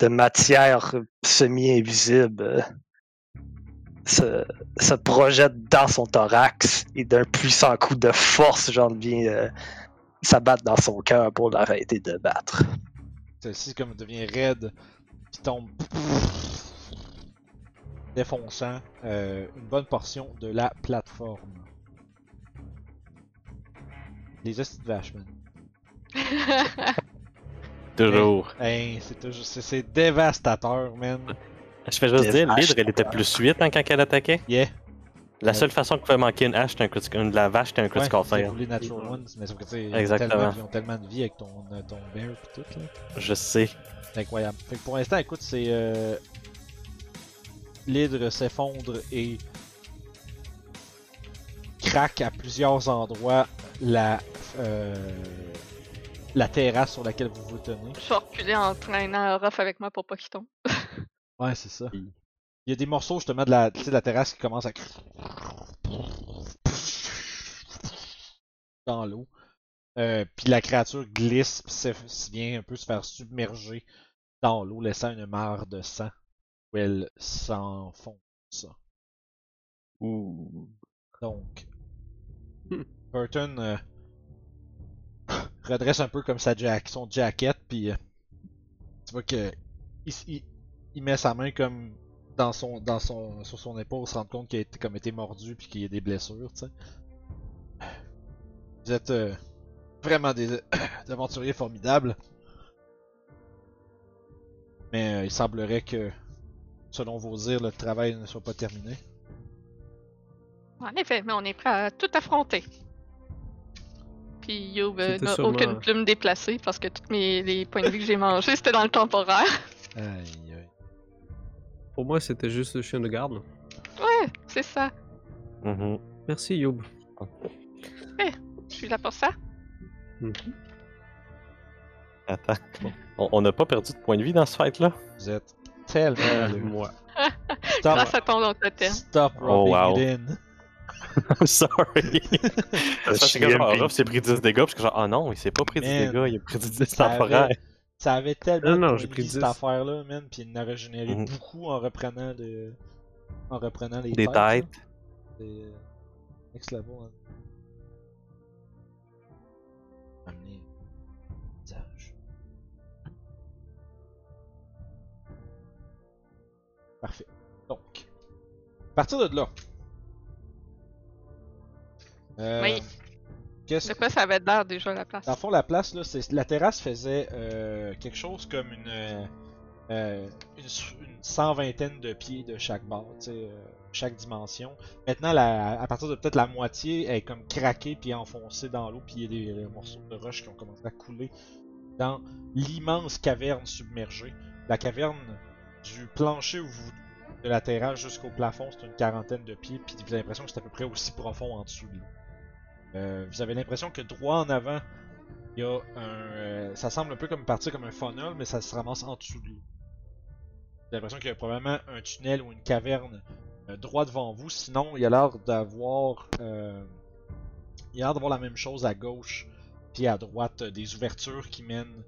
D: de matière semi-invisible euh, se, se projette dans son thorax et d'un puissant coup de force, j'en viens euh, s'abattre dans son cœur pour l'arrêter de battre.
A: Celle-ci, comme devient raide, puis tombe. défonçant euh, une bonne portion de la plateforme. Les hosties de vache, man.
E: Toujours.
A: Hey, c'est toujours- c'est- c'est dévastateur, man.
E: Je fais juste
D: Des
E: dire,
D: vaches,
E: l'hydre, elle était plus 8 hein, quand elle attaquait.
A: Yeah.
E: La seule façon qu'on pouvait manquer une hache, c'était un critical- une de la vache, c'était un critical
A: ouais,
E: fail.
A: les natural ones, mais sauf que tu sais, ils ont
E: hein. Exactement.
A: tellement- ils ont tellement de vie avec ton, euh, ton bear pis tout là.
E: Je sais.
A: C'est incroyable. Fait que pour l'instant, écoute, c'est. Euh... L'hydre s'effondre et. craque à plusieurs endroits la. euh, la terrasse sur laquelle vous vous tenez.
B: Je vais reculer en traînant Orof avec moi pour pas qu'il tombe.
A: Ouais, c'est ça.
E: Oui.
A: Il y a des morceaux justement de la, tu sais, de la terrasse qui commencent à. dans l'eau. Euh, puis la créature glisse, puis se- se vient un peu se faire submerger dans l'eau, laissant une mare de sang où elle s'enfonce. Donc,
C: Hmm.
A: Burton euh, redresse un peu comme sa jack, son jacket, puis euh, tu vois que il, s- il- il met sa main comme dans son, dans son, sur son épaule, se rend compte qu'il a été, comme été mordu puis qu'il y a des blessures, tu sais. Vous êtes euh, vraiment des, des aventuriers formidables. Mais euh, il semblerait que, selon vos dires, le travail ne soit pas terminé.
B: En effet, mais on est prêt à tout affronter. Puis Youb euh,
C: C'était
B: n'a
C: sûrement-
B: aucune plume déplacée parce que tous mes les points de vie que j'ai mangés, c'était dans le temporaire.
A: Aïe, aïe.
C: Pour moi, c'était juste le chien de garde.
B: Ouais, c'est ça.
E: Mhm.
C: Merci, Youb.
B: Je suis là pour ça.
E: Attends. On on n'a pas perdu de point de vie dans ce fight-là?
A: Vous êtes tellement malheureux.
C: Euh, moi.
A: Stop,
B: Grâce à ton long totem.
A: stop
E: Oh,
A: rubbing
E: wow.
A: it in.
E: I'm sorry! Ça, c'est comme genre, Ruff s'est pris 10 dégâts, parce que genre, ah non, il s'est pas pris 10
A: Man.
E: dégâts, il a pris 10
A: Ça avait-
E: temporaires.
A: Ça avait tellement
C: Non,
A: de
C: non,
A: points
C: j'ai
A: de
C: pris
A: vie,
C: 10.
A: cette affaire-là, man, puis il en a régénéré
E: Mhm.
A: beaucoup en reprenant le... en reprenant les
E: Des
A: têtes. là.
E: têtes.
A: C'est, euh, Next level, hein. Amener. Sage. Parfait. Donc, à partir de là. Euh,
B: Oui.
A: Qu'est-ce
B: De quoi ça avait l'air déjà la place?
A: dans le fond, la place, là, c'est... la terrasse faisait euh, quelque chose comme une, euh, euh, une, su- une cent vingtaine de pieds de chaque bord, tu sais, euh, chaque dimension. Maintenant, la- à partir de peut-être la moitié, elle est comme craquée puis enfoncée dans l'eau, puis il y a des, des morceaux de roche qui ont commencé à couler dans l'immense caverne submergée. La caverne du plancher où vous- de la terrasse jusqu'au plafond, c'est une quarantaine de pieds, puis vous avez l'impression que c'est à peu près aussi profond en dessous de l'eau. Euh, vous avez l'impression que droit en avant, il y a un. euh, ça semble un peu comme partir comme un funnel, mais ça se ramasse en dessous de l'eau. J'ai l'impression qu'il y a probablement un tunnel ou une caverne euh, droit devant vous. Sinon, il y a l'air d'avoir. euh, il y a l'air d'avoir la même chose à gauche puis à droite. euh, des ouvertures qui mènent.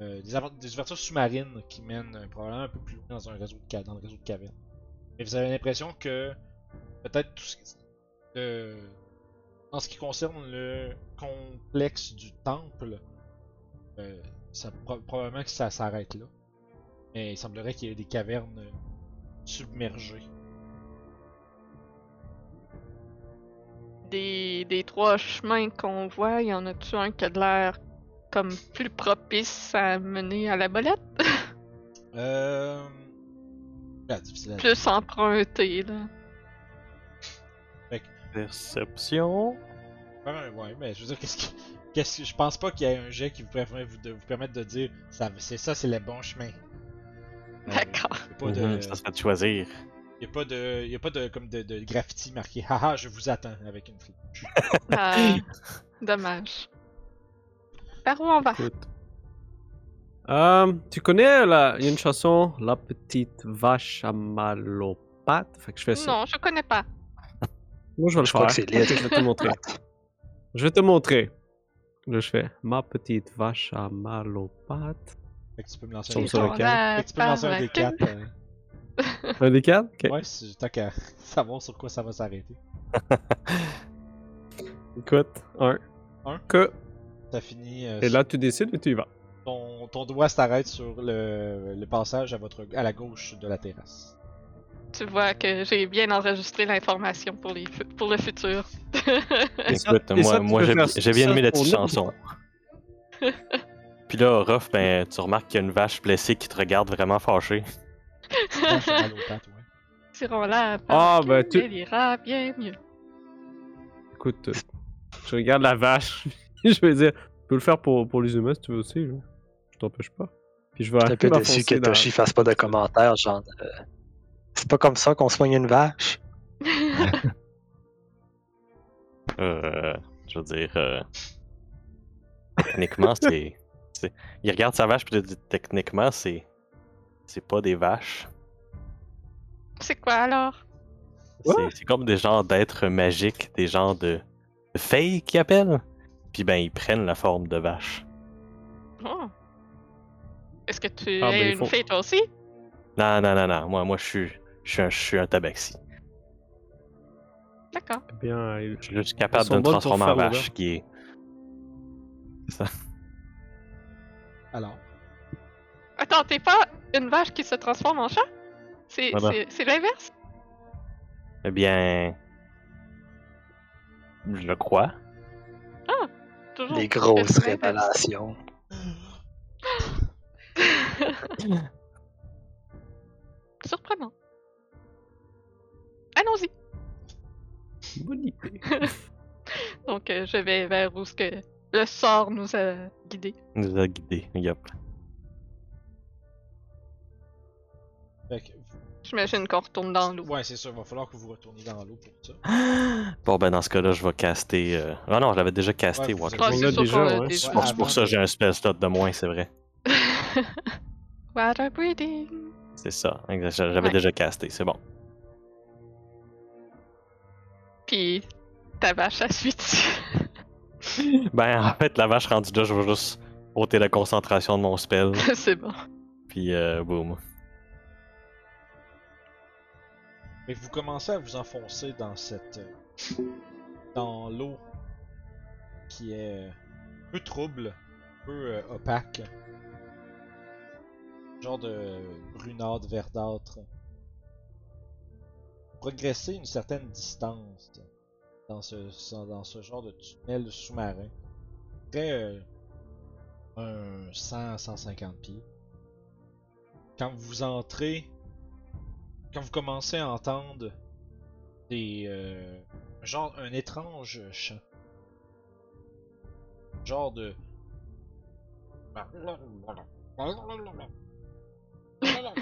A: euh, des, avant- des ouvertures sous-marines qui mènent euh, probablement un peu plus loin dans, un réseau de ca- dans le réseau de cavernes. Mais vous avez l'impression que. Peut-être tout ce qui. le- en ce qui concerne le complexe du temple, euh, ça, pro- probablement que ça s'arrête là. Mais il semblerait qu'il y ait des cavernes euh, submergées.
B: Des, des trois chemins qu'on voit, il y en a-tu un qui a de l'air comme plus propice à mener à la bolette?
A: Euh... ah, difficile à dire.
B: Plus emprunté, là.
E: Perception.
A: Ouais, ouais, mais je veux dire, qu'est-ce qui- qu'est-ce que... Je pense pas qu'il y ait un jet qui vous, permet- vous de, vous permette de dire ça, c'est ça, c'est le bon chemin. Euh,
B: D'accord.
A: y a pas de-
E: Mhm, Ça serait de choisir.
C: Mm-hmm,
A: y a pas de, y a pas de, comme de, de graffiti marqué, haha, je vous attends avec une flèche.
B: Ah, dommage. Par où on va
C: Écoute. Euh, tu connais la... il y a une chanson La petite vache à malopathe Fait que je fais ça.
B: Non, je connais pas.
C: Moi, je vais le
D: Je
C: faire.
D: crois que c'est laid.
C: Je vais te montrer. Je vais te montrer. Là, je fais Ma petite vache à malopathe.
A: Fait que tu peux me lancer
C: Tombe
A: un
C: sur le
A: D4.
C: quatre.
A: Fait que tu peux me lancer un des quatre. euh,
C: Un des quatre Ok.
A: Ouais, si t'as qu'à savoir sur quoi ça va s'arrêter.
C: Écoute, un.
A: Un.
C: Que.
A: T'as fini. euh,
C: Et là, tu décides ou tu y vas
A: Ton, ton doigt s'arrête sur le, le passage à, votre, à la gauche de la terrasse.
B: Tu vois que j'ai bien enregistré l'information pour, les fu- pour le futur.
C: Et ça-
E: Écoute,
C: et
E: moi,
C: ça, tu
E: moi
C: peux
E: j'ai
C: faire
E: j'ai bien
C: ça
E: aimé la
C: pour
E: petite
C: nous.
E: chanson. Puis là, Ruff, ben, tu remarques qu'il y a une vache blessée qui te regarde vraiment fâchée.
A: Là, c'est mal aux pattes, ouais.
B: Tirons là
C: Ah,
B: parce
C: ben,
B: qu'il
C: tu-
B: ira bien mieux.
C: Écoute, euh, je regarde la vache. je vais dire Tu peux le faire pour, pour les humains si tu veux aussi. là. Je t'empêche pas. Puis je vais
D: un peu
C: la
D: déçu que
C: foncer dans-
D: Toshi fasse pas de commentaires, genre. euh, c'est pas comme ça qu'on soigne une vache.
E: Euh, je veux dire, euh, techniquement, c'est. c'est- Il regarde sa vache, puis il dit techniquement, c'est. C'est pas des vaches.
B: C'est quoi alors
C: Ouais.
E: C'est- C'est comme des genres d'êtres magiques, des genres de, de fées qui appellent. Puis ben, ils prennent la forme de vache.
B: Oh. Est-ce que tu
C: Ah,
B: es
C: ben, il
B: une
C: faut-
B: fille toi aussi
E: Non, non, non, non. Moi, moi je suis. Je suis un, je suis un tabaxi.
B: D'accord.
C: Eh Bien, euh,
E: Je suis juste capable de
C: sont
E: me
C: bonnes pour
E: transformer en
C: faire au
E: vache,
C: vert.
E: qui est.
A: Alors,
B: Attends, t'es pas une vache qui se transforme en chat C'est
E: Voilà.
B: c'est- c'est l'inverse
E: Eh bien. Je le crois.
B: Toujours
D: Des
B: l'inverse.
D: grosses révélations.
B: Surprenant. Allons-y.
C: bonne idée.
B: Donc euh, je vais vers où ce que le sort nous a guidés.
E: Il nous a guidés. Yup.
A: fait que-
B: J'imagine qu'on retourne dans l'eau.
A: ouais, c'est sûr, il va falloir que vous retourniez dans l'eau pour
E: Ah,
A: ça.
E: Bon, ben, dans ce cas-là, je vais caster. euh, Ah non, je l'avais déjà
A: Ouais,
E: casté
A: vous
E: Water.
A: avez-
B: Ah,
C: On
B: c'est
C: l'a
B: sûr
C: déjà,
B: qu'on l'a
C: ouais.
E: C'est
B: déjà.
E: pour, c'est pour
A: avant
E: ça
A: de-
E: que j'ai un spell slot de moins, c'est vrai.
B: Water breathing.
E: C'est ça. Exact, J'avais
B: Ouais.
E: déjà casté, c'est bon.
B: Puis ta vache à suite.
E: Ben, en fait, la vache rendue là, je vais juste ôter la concentration de mon spell,
B: c'est bon.
E: puis euh, boum.
A: Mais vous commencez à vous enfoncer dans cette. euh, dans l'eau qui est un peu trouble, un peu euh, opaque. Genre de brunâtre, verdâtre. Progressez une certaine distance dans ce, dans ce genre de tunnel sous-marin. Près euh, un 100-150 pieds. Quand vous entrez quand vous commencez à entendre des euh, genre un étrange chant genre de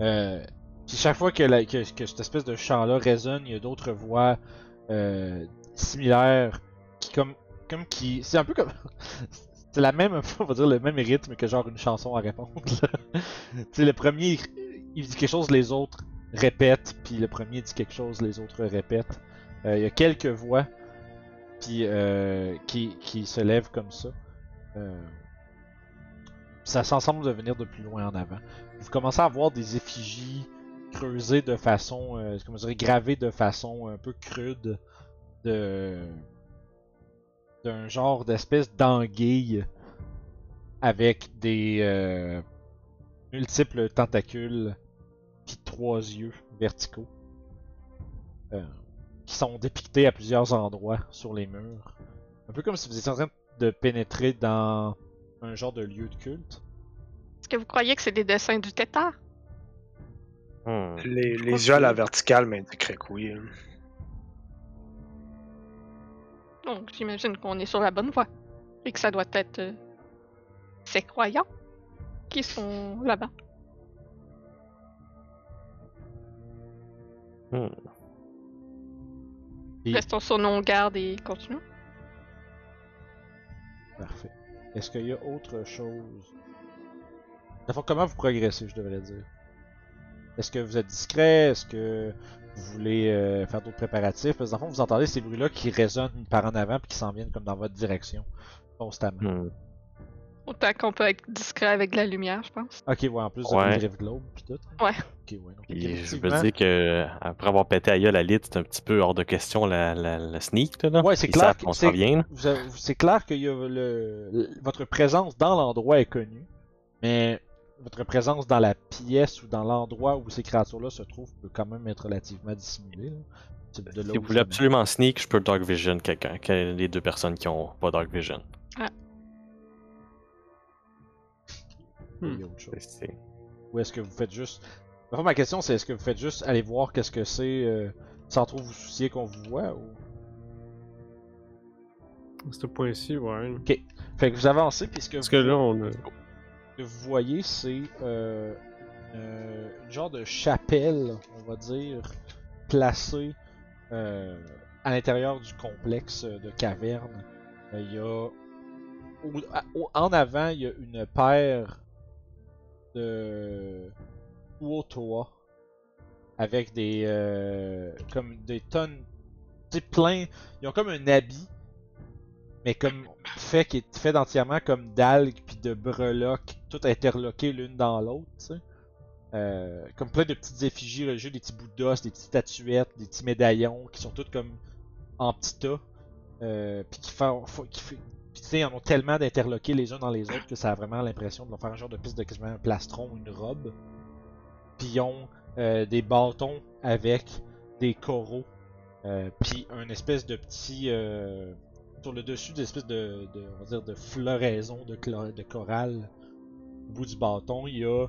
A: Euh, puis chaque fois que, la- que, que cette espèce de chant-là résonne, il y a d'autres voix euh, similaires qui comme comme qui c'est un peu comme c'est la même on va dire le même rythme que genre une chanson à répondre. là. tu sais le premier il dit quelque chose les autres répètent puis le premier dit quelque chose les autres répètent. Euh, il y a quelques voix puis euh, qui qui se lèvent comme ça. Euh, ça s'ensemble de venir de plus loin en avant. Vous commencez à voir des effigies creusées de façon, euh, comment dire, gravées de façon un peu crude de d'un genre d'espèce d'anguille avec des euh, multiples tentacules puis trois yeux verticaux euh, qui sont dépictés à plusieurs endroits sur les murs. Un peu comme si vous étiez en train de pénétrer dans un genre de lieu de culte.
B: Est-ce que vous croyez que c'est des dessins du tétard
E: Hmm.
D: Les,
B: crois
D: les yeux à
B: que-
D: la verticale m'indiqueraient que oui. hein.
B: Donc j'imagine qu'on est sur la bonne voie. Et que ça doit être euh, ces croyants qui sont là-bas.
A: Et- Hmm.
B: Restons sur nos gardes et continuons.
A: Est-ce qu'il y a autre chose D'abord, comment vous progressez, je devrais dire Est-ce que vous êtes discret Est-ce que vous voulez euh, faire d'autres préparatifs Parce que dans le fond, vous entendez ces bruits-là qui résonnent par en avant puis qui s'en viennent comme dans votre direction constamment.
E: Hmm.
B: Autant qu'on peut être discret avec de la lumière, je pense.
A: Ok, ouais, en plus, vous
E: Ouais.
A: avez le de l'aube puis tout. hein.
B: Ouais.
A: Ok, ouais. Donc,
E: Puis je veux
A: effectivement-
E: dire que après avoir pété à gueule à Lid, c'est un petit peu hors de question la, la, la sneak. Là, là.
A: Ouais, c'est
E: Ils
A: clair
E: savent
A: que
E: qu'on
A: c'est-
E: s'en vient. là.
A: Vous avez- vous- c'est clair que il y a le- le- votre présence dans l'endroit est connue, mais votre présence dans la pièce ou dans l'endroit où ces créatures-là se trouvent peut quand même être relativement dissimulée. là. C'est de là
E: Si
A: où
E: vous voulez
A: ça-
E: absolument sneak, je peux Dark Vision quelqu'un. que- Les deux personnes qui ont pas Dark Vision.
A: il y a autre chose.
E: C'est-
A: Ou est-ce que vous faites juste. Enfin, ma question, c'est est-ce que vous faites juste aller voir qu'est-ce que c'est euh, sans trop vous soucier qu'on vous voit ou...
C: À ce point-ci, ouais.
A: Fait que vous avancez, puisque
C: Parce que là, on a.
A: que vous voyez, c'est euh, euh, une genre de chapelle, on va dire, placée euh, à l'intérieur du complexe de caverne. Euh, Il y a au- à- au- en avant, il y a une paire de Uotoa avec des euh, comme des tonnes, tu sais, plein. Ils ont comme un habit mais comme fait qui est fait entièrement comme d'algues puis de breloques, toutes interloquées l'une dans l'autre, tu sais. Euh, comme plein de petites effigies religieuses, des petits bouts d'os, des petites statuettes, des petits médaillons qui sont toutes comme en petits tas, euh, puis qui font, font- qui fait- puis tu sais, ils en ont tellement d'interloqués les uns dans les autres que ça a vraiment l'impression de leur faire un genre de piste de quasiment un plastron ou une robe. Puis ils ont euh, des bâtons avec des coraux, euh, puis un espèce de petit euh, sur le dessus des espèces de, de- on va dire de floraison de, clo- de chorale au bout du bâton il y a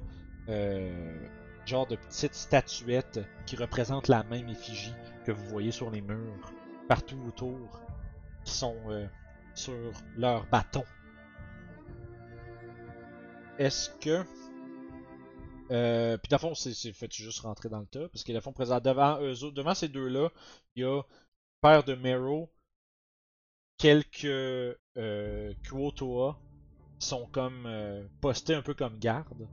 A: euh, genre de petites statuettes qui représentent la même effigie que vous voyez sur les murs partout autour qui sont euh, sur leur bâton est-ce que euh, puis dans le fond c'est, c'est fait juste rentrer dans le tas parce que dans le fond présent devant eux autres- devant ces deux là il y a père de Mero quelques euh, Kuotoa qui sont comme euh, postés un peu comme garde.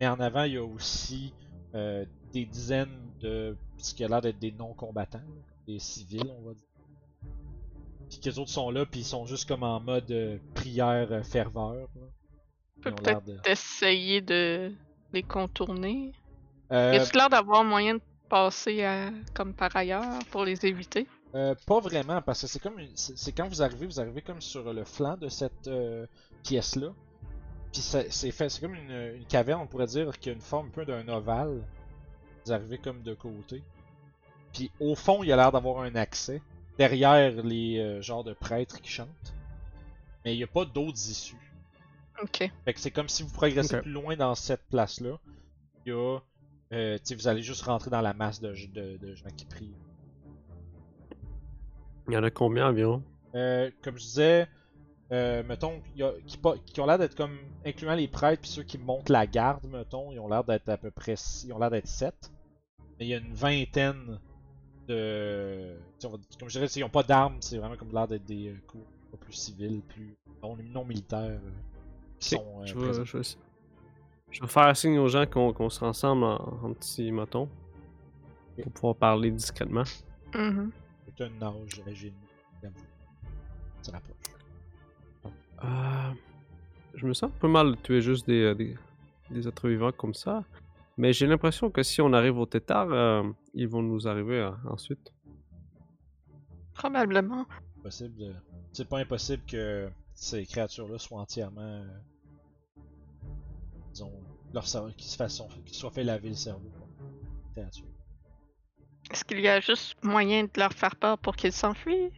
A: Mais en avant, il y a aussi euh, des dizaines de ce qui a l'air d'être des non-combattants, là, des civils, on va dire. Puis que les autres sont là, puis ils sont juste comme en mode euh, prière euh, ferveur. là.
B: On
A: Ils
B: peut
A: ont
B: peut-être
A: l'air de-
B: essayer de les contourner.
A: Euh,
B: Est-ce l'air d'avoir moyen de passer à- comme par ailleurs pour les éviter?
A: Euh, pas vraiment, parce que c'est comme une- c'est c'est quand vous arrivez, vous arrivez comme sur le flanc de cette euh, pièce-là. Puis ça- c'est fait, c'est comme une, une caverne, on pourrait dire, qui a une forme un peu d'un ovale. Vous arrivez comme de côté. Puis au fond, il a l'air d'avoir un accès derrière les euh, genres de prêtres qui chantent. Mais il n'y a pas d'autres issues.
B: Ok.
A: Fait que c'est comme si vous progressez
C: Ok.
A: plus loin dans cette place-là. Il y a. euh, tu sais, vous allez juste rentrer dans la masse de, de- de gens qui prient.
C: Il y en a combien environ
A: Euh, comme je disais, euh, mettons, y a- qui, pa- qui ont l'air d'être comme, incluant les prêtres puis ceux qui montent la garde, mettons, ils ont l'air d'être à peu près, six- ils ont l'air d'être 7. Mais il y a une vingtaine de, tu sais, on va- comme je dirais, tu sais, ils ont pas d'armes, c'est vraiment comme l'air d'être des euh, coups pas plus civils, plus non, non militaires. euh, qui
C: Ok,
A: sont, euh,
C: je,
A: présents.
C: vais, je, vais, je vais faire signe aux gens qu'on qu'on se rassemble en, en petits motons pour pouvoir parler discrètement.
B: Mhm.
A: C'est un âge, régime, j'avoue. Ça rapproche.
C: Euh, je me sens pas mal de tuer juste des, euh, des, des êtres vivants comme ça. Mais j'ai l'impression que si on arrive au tétard, euh, ils vont nous arriver euh, ensuite.
B: Probablement.
A: possible de- C'est pas impossible que ces créatures-là soient entièrement. euh, disons, leur cerveau, qu'ils se fassent, qu'ils se soient fait laver le cerveau. quoi. Créatures.
B: Est-ce qu'il y a juste moyen de leur faire peur pour qu'ils s'enfuient?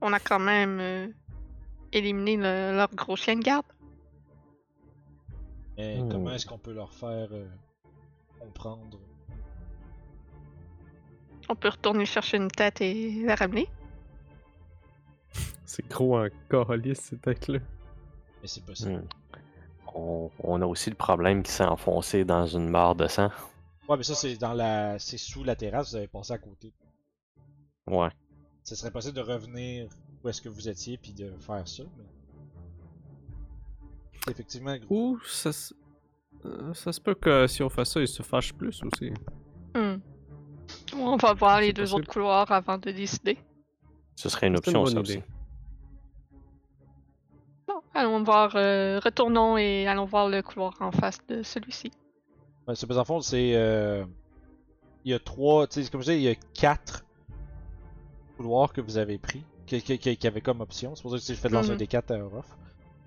B: On a quand même euh, éliminé le- leur gros chien de garde.
A: Mais
E: Hmm.
A: comment est-ce qu'on peut leur faire euh, comprendre
B: On peut retourner chercher une tête et la ramener.
C: C'est gros en colis, cette tête-là.
A: Mais c'est possible.
C: Mm.
E: On, on a aussi le problème qui s'est enfoncé dans une mare de sang.
A: Ouais, mais ça, c'est dans la. C'est sous la terrasse, vous avez passé à côté.
E: Ouais.
A: Ce serait possible de revenir où est-ce que vous étiez puis de faire ça, mais effectivement, gros.
C: Ou ça, se- euh, ça se peut que si on fait ça, ils se fâchent plus aussi.
B: Hmm. On va voir les
C: C'est
B: deux
C: possible.
B: autres couloirs avant de décider.
E: Ce serait une
C: C'est une
E: option, ça
C: bonne
E: aussi.
C: idée.
B: Bon, allons voir, euh, retournons et allons voir le couloir en face de celui-ci.
A: Ouais, c'est parce qu'en fond, c'est. euh, Il y a trois. Tu sais, comme je disais, il y a quatre couloirs que vous avez pris, qui, qui, qui- qui avaient comme option. C'est pour ça que tu sais, je fais de lancer
B: Mhm.
A: un des quatre à Orof.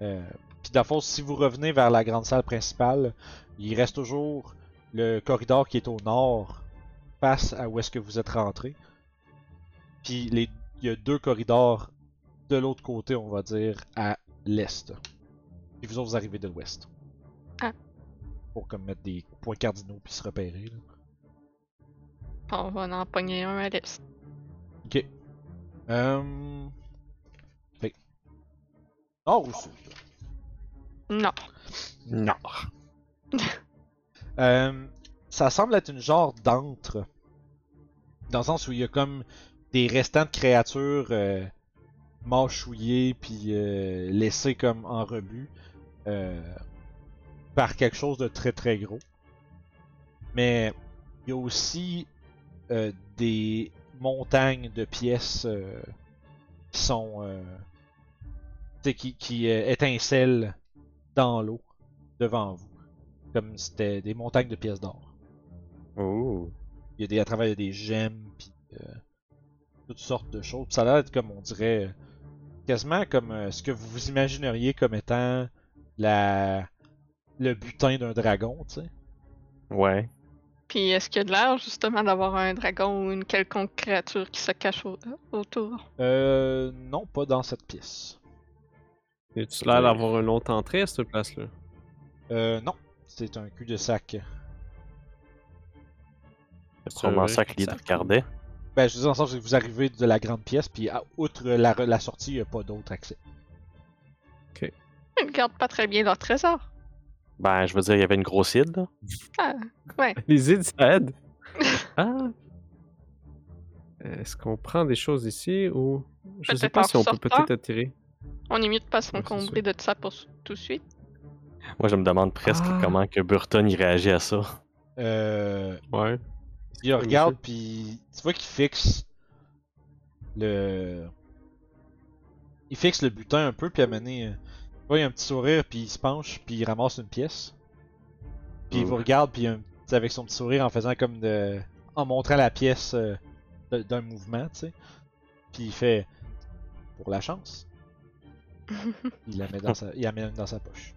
A: Euh, Puis, dans le fond, si vous revenez vers la grande salle principale, il reste toujours le corridor qui est au nord, face à où est-ce que vous êtes rentré. Puis, les... il y a deux corridors de l'autre côté, on va dire, à l'est. Puis, vous autres, vous arrivez de l'ouest pour comme mettre des points cardinaux puis se repérer. là.
B: On va en pogner un à l'est.
A: Ok. Euh... Fait. Nord ou sud?
B: Non.
E: Nord.
A: Euh, ça semble être une genre d'antre. Dans le sens où il y a comme des restants de créatures euh, mâchouillées puis euh, laissées comme en rebut euh, par quelque chose de très très gros. Mais il y a aussi euh, des montagnes de pièces euh, qui sont euh, tu sais, qui, qui euh, étincellent dans l'eau devant vous comme c'était des montagnes de pièces d'or.
E: Ouh.
A: Il y a des, à travers il y a des gemmes, puis euh, toutes sortes de choses. Puis ça a l'air d'être comme on dirait, euh, quasiment comme euh, ce que vous vous imagineriez comme étant la le butin d'un dragon, tu sais.
E: Ouais.
B: Puis est-ce qu'il y a de l'air justement d'avoir un dragon ou une quelconque créature qui se cache au- autour?
A: Euh, non, pas dans cette pièce.
C: Et tu l'air d'avoir une autre entrée à cette place-là.
A: Euh, non, c'est un cul-de-sac.
E: C'est sûrement
C: vrai.
E: ça que l'idée
C: Ça-
E: regardait.
A: Ben, je dis dans le sens que vous arrivez de la grande pièce, puis à- outre la, re- la sortie, il n'y a pas d'autre accès.
B: Ils ne gardent pas très bien leur trésor.
E: Ben, je veux dire, il y avait une grosse île, là.
B: Ah,
C: Les îles, ça aide. Ah. Euh, Est-ce qu'on prend des choses ici ou. Je sais
B: Peut-être
C: pas
B: en
C: si on peut
B: sortant.
C: peut-être attirer.
B: on est mieux de pas
C: Ouais, c'est
B: s'encombrer de ça pour s- tout de suite.
E: Moi, je me demande presque
C: Ah.
E: comment que Burton y réagit à ça.
A: Euh,
C: Ouais.
A: Il
C: Comme
A: regarde, puis tu vois qu'il fixe le. Il fixe le butin un peu, puis à mener. Tu vois, il a un petit sourire, puis il se penche, puis il ramasse une pièce. Puis il vous
E: Mm.
A: regarde, puis il a un- tu sais, avec son petit sourire en faisant comme de. En montrant la pièce euh, de- d'un mouvement, tu sais. Puis il fait. Pour la chance. Il la met dans sa, il la met dans sa poche.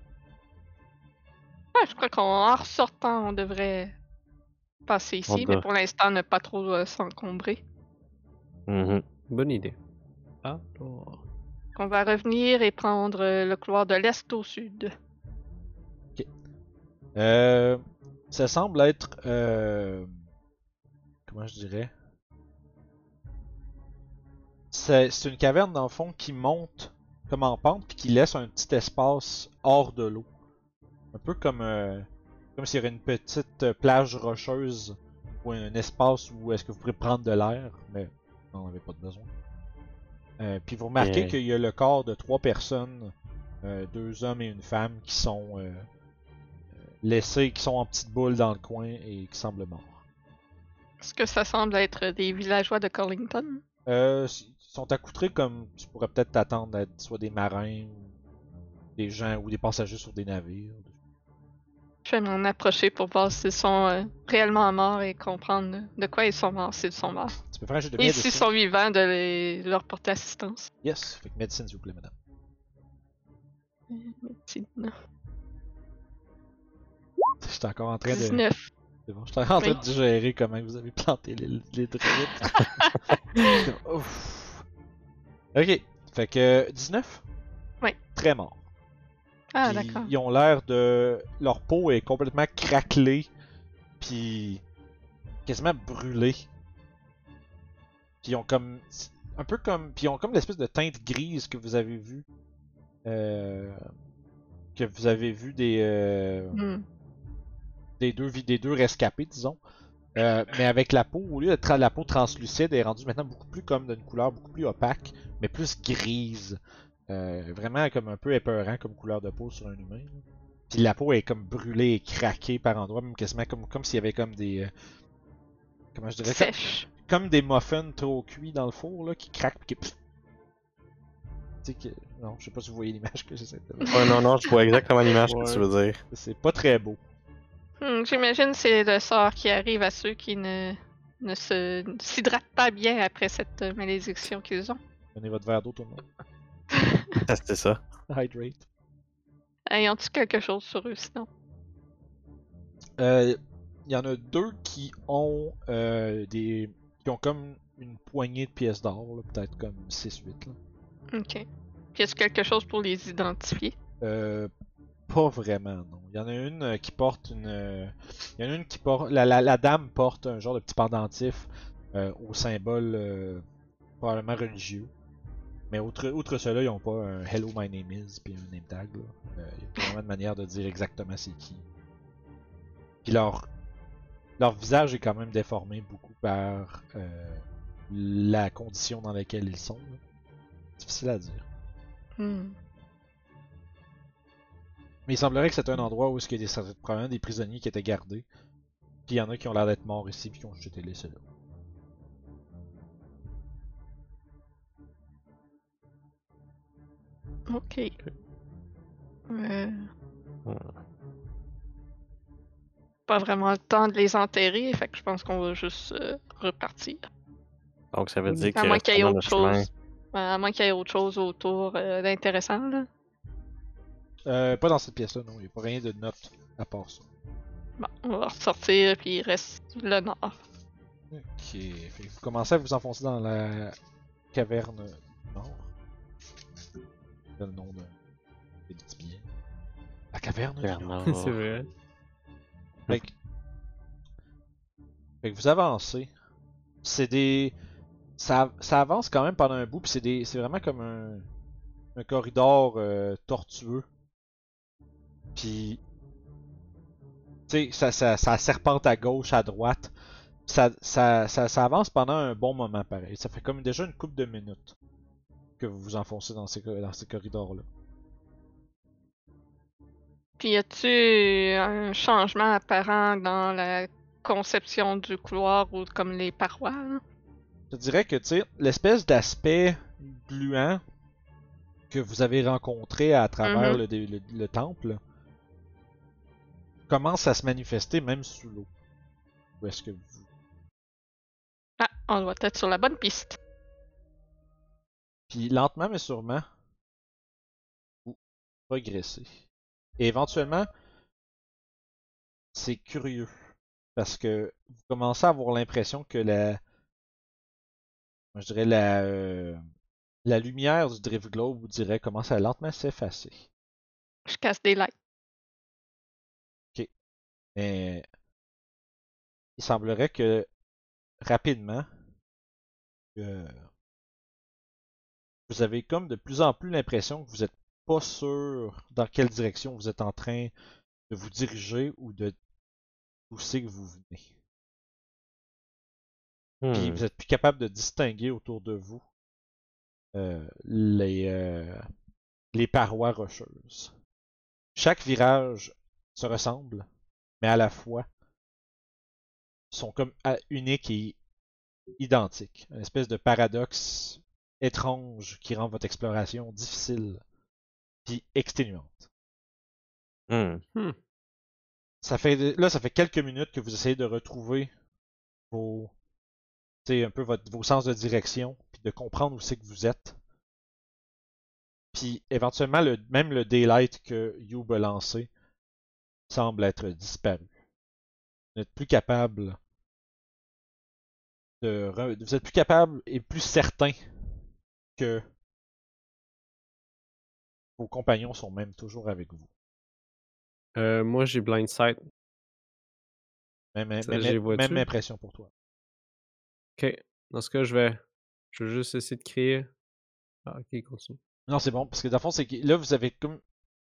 B: Ah, je crois qu'en en ressortant, on devrait passer
E: On
B: ici, mais
E: doit-
B: pour l'instant, ne pas trop euh, s'encombrer.
E: Mhm.
C: Bonne idée. Alors.
B: On va revenir et prendre euh, le couloir de l'est au sud.
A: Euh, ça semble être. euh, comment je dirais C'est c'est une caverne dans le fond qui monte comme en pente puis qui laisse un petit espace hors de l'eau. Un peu comme, euh, comme s'il y avait une petite euh, plage rocheuse ou un espace où est-ce que vous pourrez prendre de l'air, mais vous n'en avez pas de besoin. Euh, puis vous remarquez
E: Et-
A: qu'il y a le corps de trois personnes, euh, deux hommes et une femme, qui sont euh, laissés, qui sont en petite boule dans le coin et qui semblent morts.
B: Est-ce que ça semble être des villageois de Collington?
A: Euh, s- ils sont accoutrés comme tu pourrais peut-être t'attendre à être soit des marins, ou des gens ou des passagers sur des navires.
B: Je vais m'en approcher pour voir s'ils sont euh, réellement morts et comprendre de quoi ils sont morts, s'ils sont morts.
A: Tu peux faire un jeu de
B: Et
A: médecine.
B: s'ils sont vivants, de les- leur porter assistance.
A: Yes, fait que médecine s'il vous plaît, madame.
B: Dix-neuf.
A: J'étais encore en train de. C'est bon, j'étais en train
B: Oui.
A: de digérer comment vous avez planté les, les druides. C'est comme, ouf. Ok, fait que 19
B: Oui.
A: Très mort.
B: Ah,
A: Puis,
B: d'accord.
A: Ils ont l'air de. Leur peau est complètement craquelée, puis quasiment brûlée. Puis ils ont comme. Un peu comme. Puis ils ont comme l'espèce de teinte grise que vous avez vu. euh, Que vous avez vu des. euh,
B: Hmm.
A: des deux, vi- des deux rescapés, disons. Euh, mais avec la peau, au lieu d'être la peau translucide, elle est rendue maintenant beaucoup plus comme d'une couleur beaucoup plus opaque, mais plus grise. Euh, vraiment comme un peu épeurant comme couleur de peau sur un humain. là. Puis la peau est comme brûlée et craquée par endroits, même quasiment comme, comme s'il y avait comme des. euh, comment je dirais ça?
B: Sèche.
A: Comme des muffins trop cuits dans le four là, qui craquent puis qui. pfff. Tu sais que. Non, je sais pas si vous voyez l'image que j'essaie de
E: Ouais, non, non, je vois exactement l'image que
A: Ouais.
E: tu veux dire.
A: C'est pas très beau.
B: Hmm, J'imagine c'est le sort qui arrive à ceux qui ne, ne se s'hydratent pas bien après cette euh, malédiction qu'ils ont.
A: Prenez votre verre d'eau tout le monde.
E: C'était ça.
A: Hydrate.
B: Ayant-tu quelque chose sur eux sinon?
A: Euh, Il y en a deux qui ont euh, des. qui ont comme une poignée de pièces d'or, là, peut-être comme 6-8. là.
B: Ok. Puis est-ce quelque chose pour les identifier?
A: Euh, pas vraiment, non. Il y en a une euh, qui porte une. euh, Il y en a une qui porte. La, la- la dame porte un genre de petit pendentif euh, au symbole euh, probablement religieux. Mais outre, outre cela, ils n'ont pas un Hello, my name is puis un name tag. là. Euh, Il n'y a pas vraiment de manière de dire exactement c'est qui. Puis leur, leur visage est quand même déformé beaucoup par euh, la condition dans laquelle ils sont. là. Difficile à dire.
B: Hmm.
A: Mais il semblerait que c'était un endroit où est-ce qu'il y a des, certains- probablement des prisonniers qui étaient gardés. Puis il y en a qui ont l'air d'être morts ici, puis qui ont juste été laissés là.
B: Ok. Euh,
E: Hmm.
B: Pas vraiment le temps de les enterrer, fait que je pense qu'on va juste euh, repartir.
E: Donc ça veut dire
B: À
E: qu'il
B: moins
E: reste
B: qu'il y ait
E: vraiment
B: autre
E: le chemin.
B: chose. À moins qu'il y ait autre chose autour euh, d'intéressant, là.
A: Euh, pas dans cette pièce-là, non. Il n'y a pas rien de note à part ça.
B: Bon, on va ressortir, puis il reste le nord.
A: Ok. Fait que vous commencez à vous enfoncer dans la caverne nord. C'est le nom de... des petits billets. La caverne du nord.
E: Bernard.
C: C'est vrai.
A: Fait que... fait que vous avancez. C'est des. Ça, ça avance quand même pendant un bout, puis c'est des... c'est vraiment comme un, un corridor euh, tortueux. Puis. Tu sais, ça, ça, ça serpente à gauche, à droite. Ça, ça, ça, ça avance pendant un bon moment, pareil. Ça fait comme déjà une coupe de minutes que vous vous enfoncez dans ces, co- dans ces corridors-là.
B: Puis y a-tu un changement apparent dans la conception du couloir ou comme les parois, là?
A: Je dirais que, tu sais, l'espèce d'aspect gluant que vous avez rencontré à travers
B: Mhm.
A: le dé- le, le temple commence à se manifester même sous l'eau. Ou est-ce que vous...
B: Ah, on doit être sur la bonne piste.
A: Puis lentement mais sûrement, vous progressez. Et éventuellement, c'est curieux. Parce que vous commencez à avoir l'impression que la. moi, Je dirais la. euh, la lumière du Drift Globe, vous dirais, commence à lentement s'effacer.
B: Je casse des lights.
A: Mais il semblerait que rapidement, euh, vous avez comme de plus en plus l'impression que vous n'êtes pas sûr dans quelle direction vous êtes en train de vous diriger ou de où c'est que vous venez. Puis
E: Hmm.
A: vous êtes plus capable de distinguer autour de vous euh, les, euh, les parois rocheuses. Chaque virage se ressemble, mais à la fois sont comme à- uniques et identiques. Une espèce de paradoxe étrange qui rend votre exploration difficile puis exténuante.
E: Hmm.
A: Ça fait là, ça fait quelques minutes que vous essayez de retrouver vos, tu sais, un peu votre, vos sens de direction, puis de comprendre où c'est que vous êtes. Puis éventuellement, le, même le daylight que Youb a lancé semble être disparu. Vous n'êtes plus capable de, re- vous êtes plus capable et plus certain que vos compagnons sont même toujours avec vous.
C: Euh, moi, j'ai blind sight.
A: Même,
C: Ça,
A: même-
C: je les vois
A: même
C: dessus.
A: impression pour toi.
C: Ok. Dans ce cas, je vais. Je vais juste essayer de crier. Ah, ok, continue.
A: Non, c'est bon, parce que dans le fond, c'est que là, vous avez comme.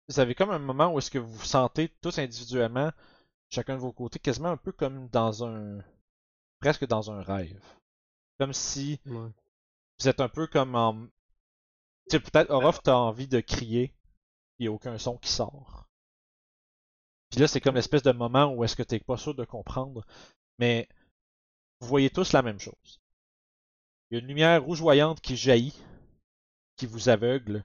A: Vous avez comme un moment où est-ce que vous vous sentez tous individuellement, chacun de vos côtés, quasiment un peu comme dans un. presque dans un rêve. Comme si
C: Ouais.
A: vous êtes un peu comme en. Tu sais, peut-être, Orof, t'as envie de crier, il n'y a aucun son qui sort. Puis là, c'est comme l'espèce de moment où est-ce que t'es pas sûr de comprendre, mais vous voyez tous la même chose. Il y a une lumière rougeoyante qui jaillit, qui vous aveugle.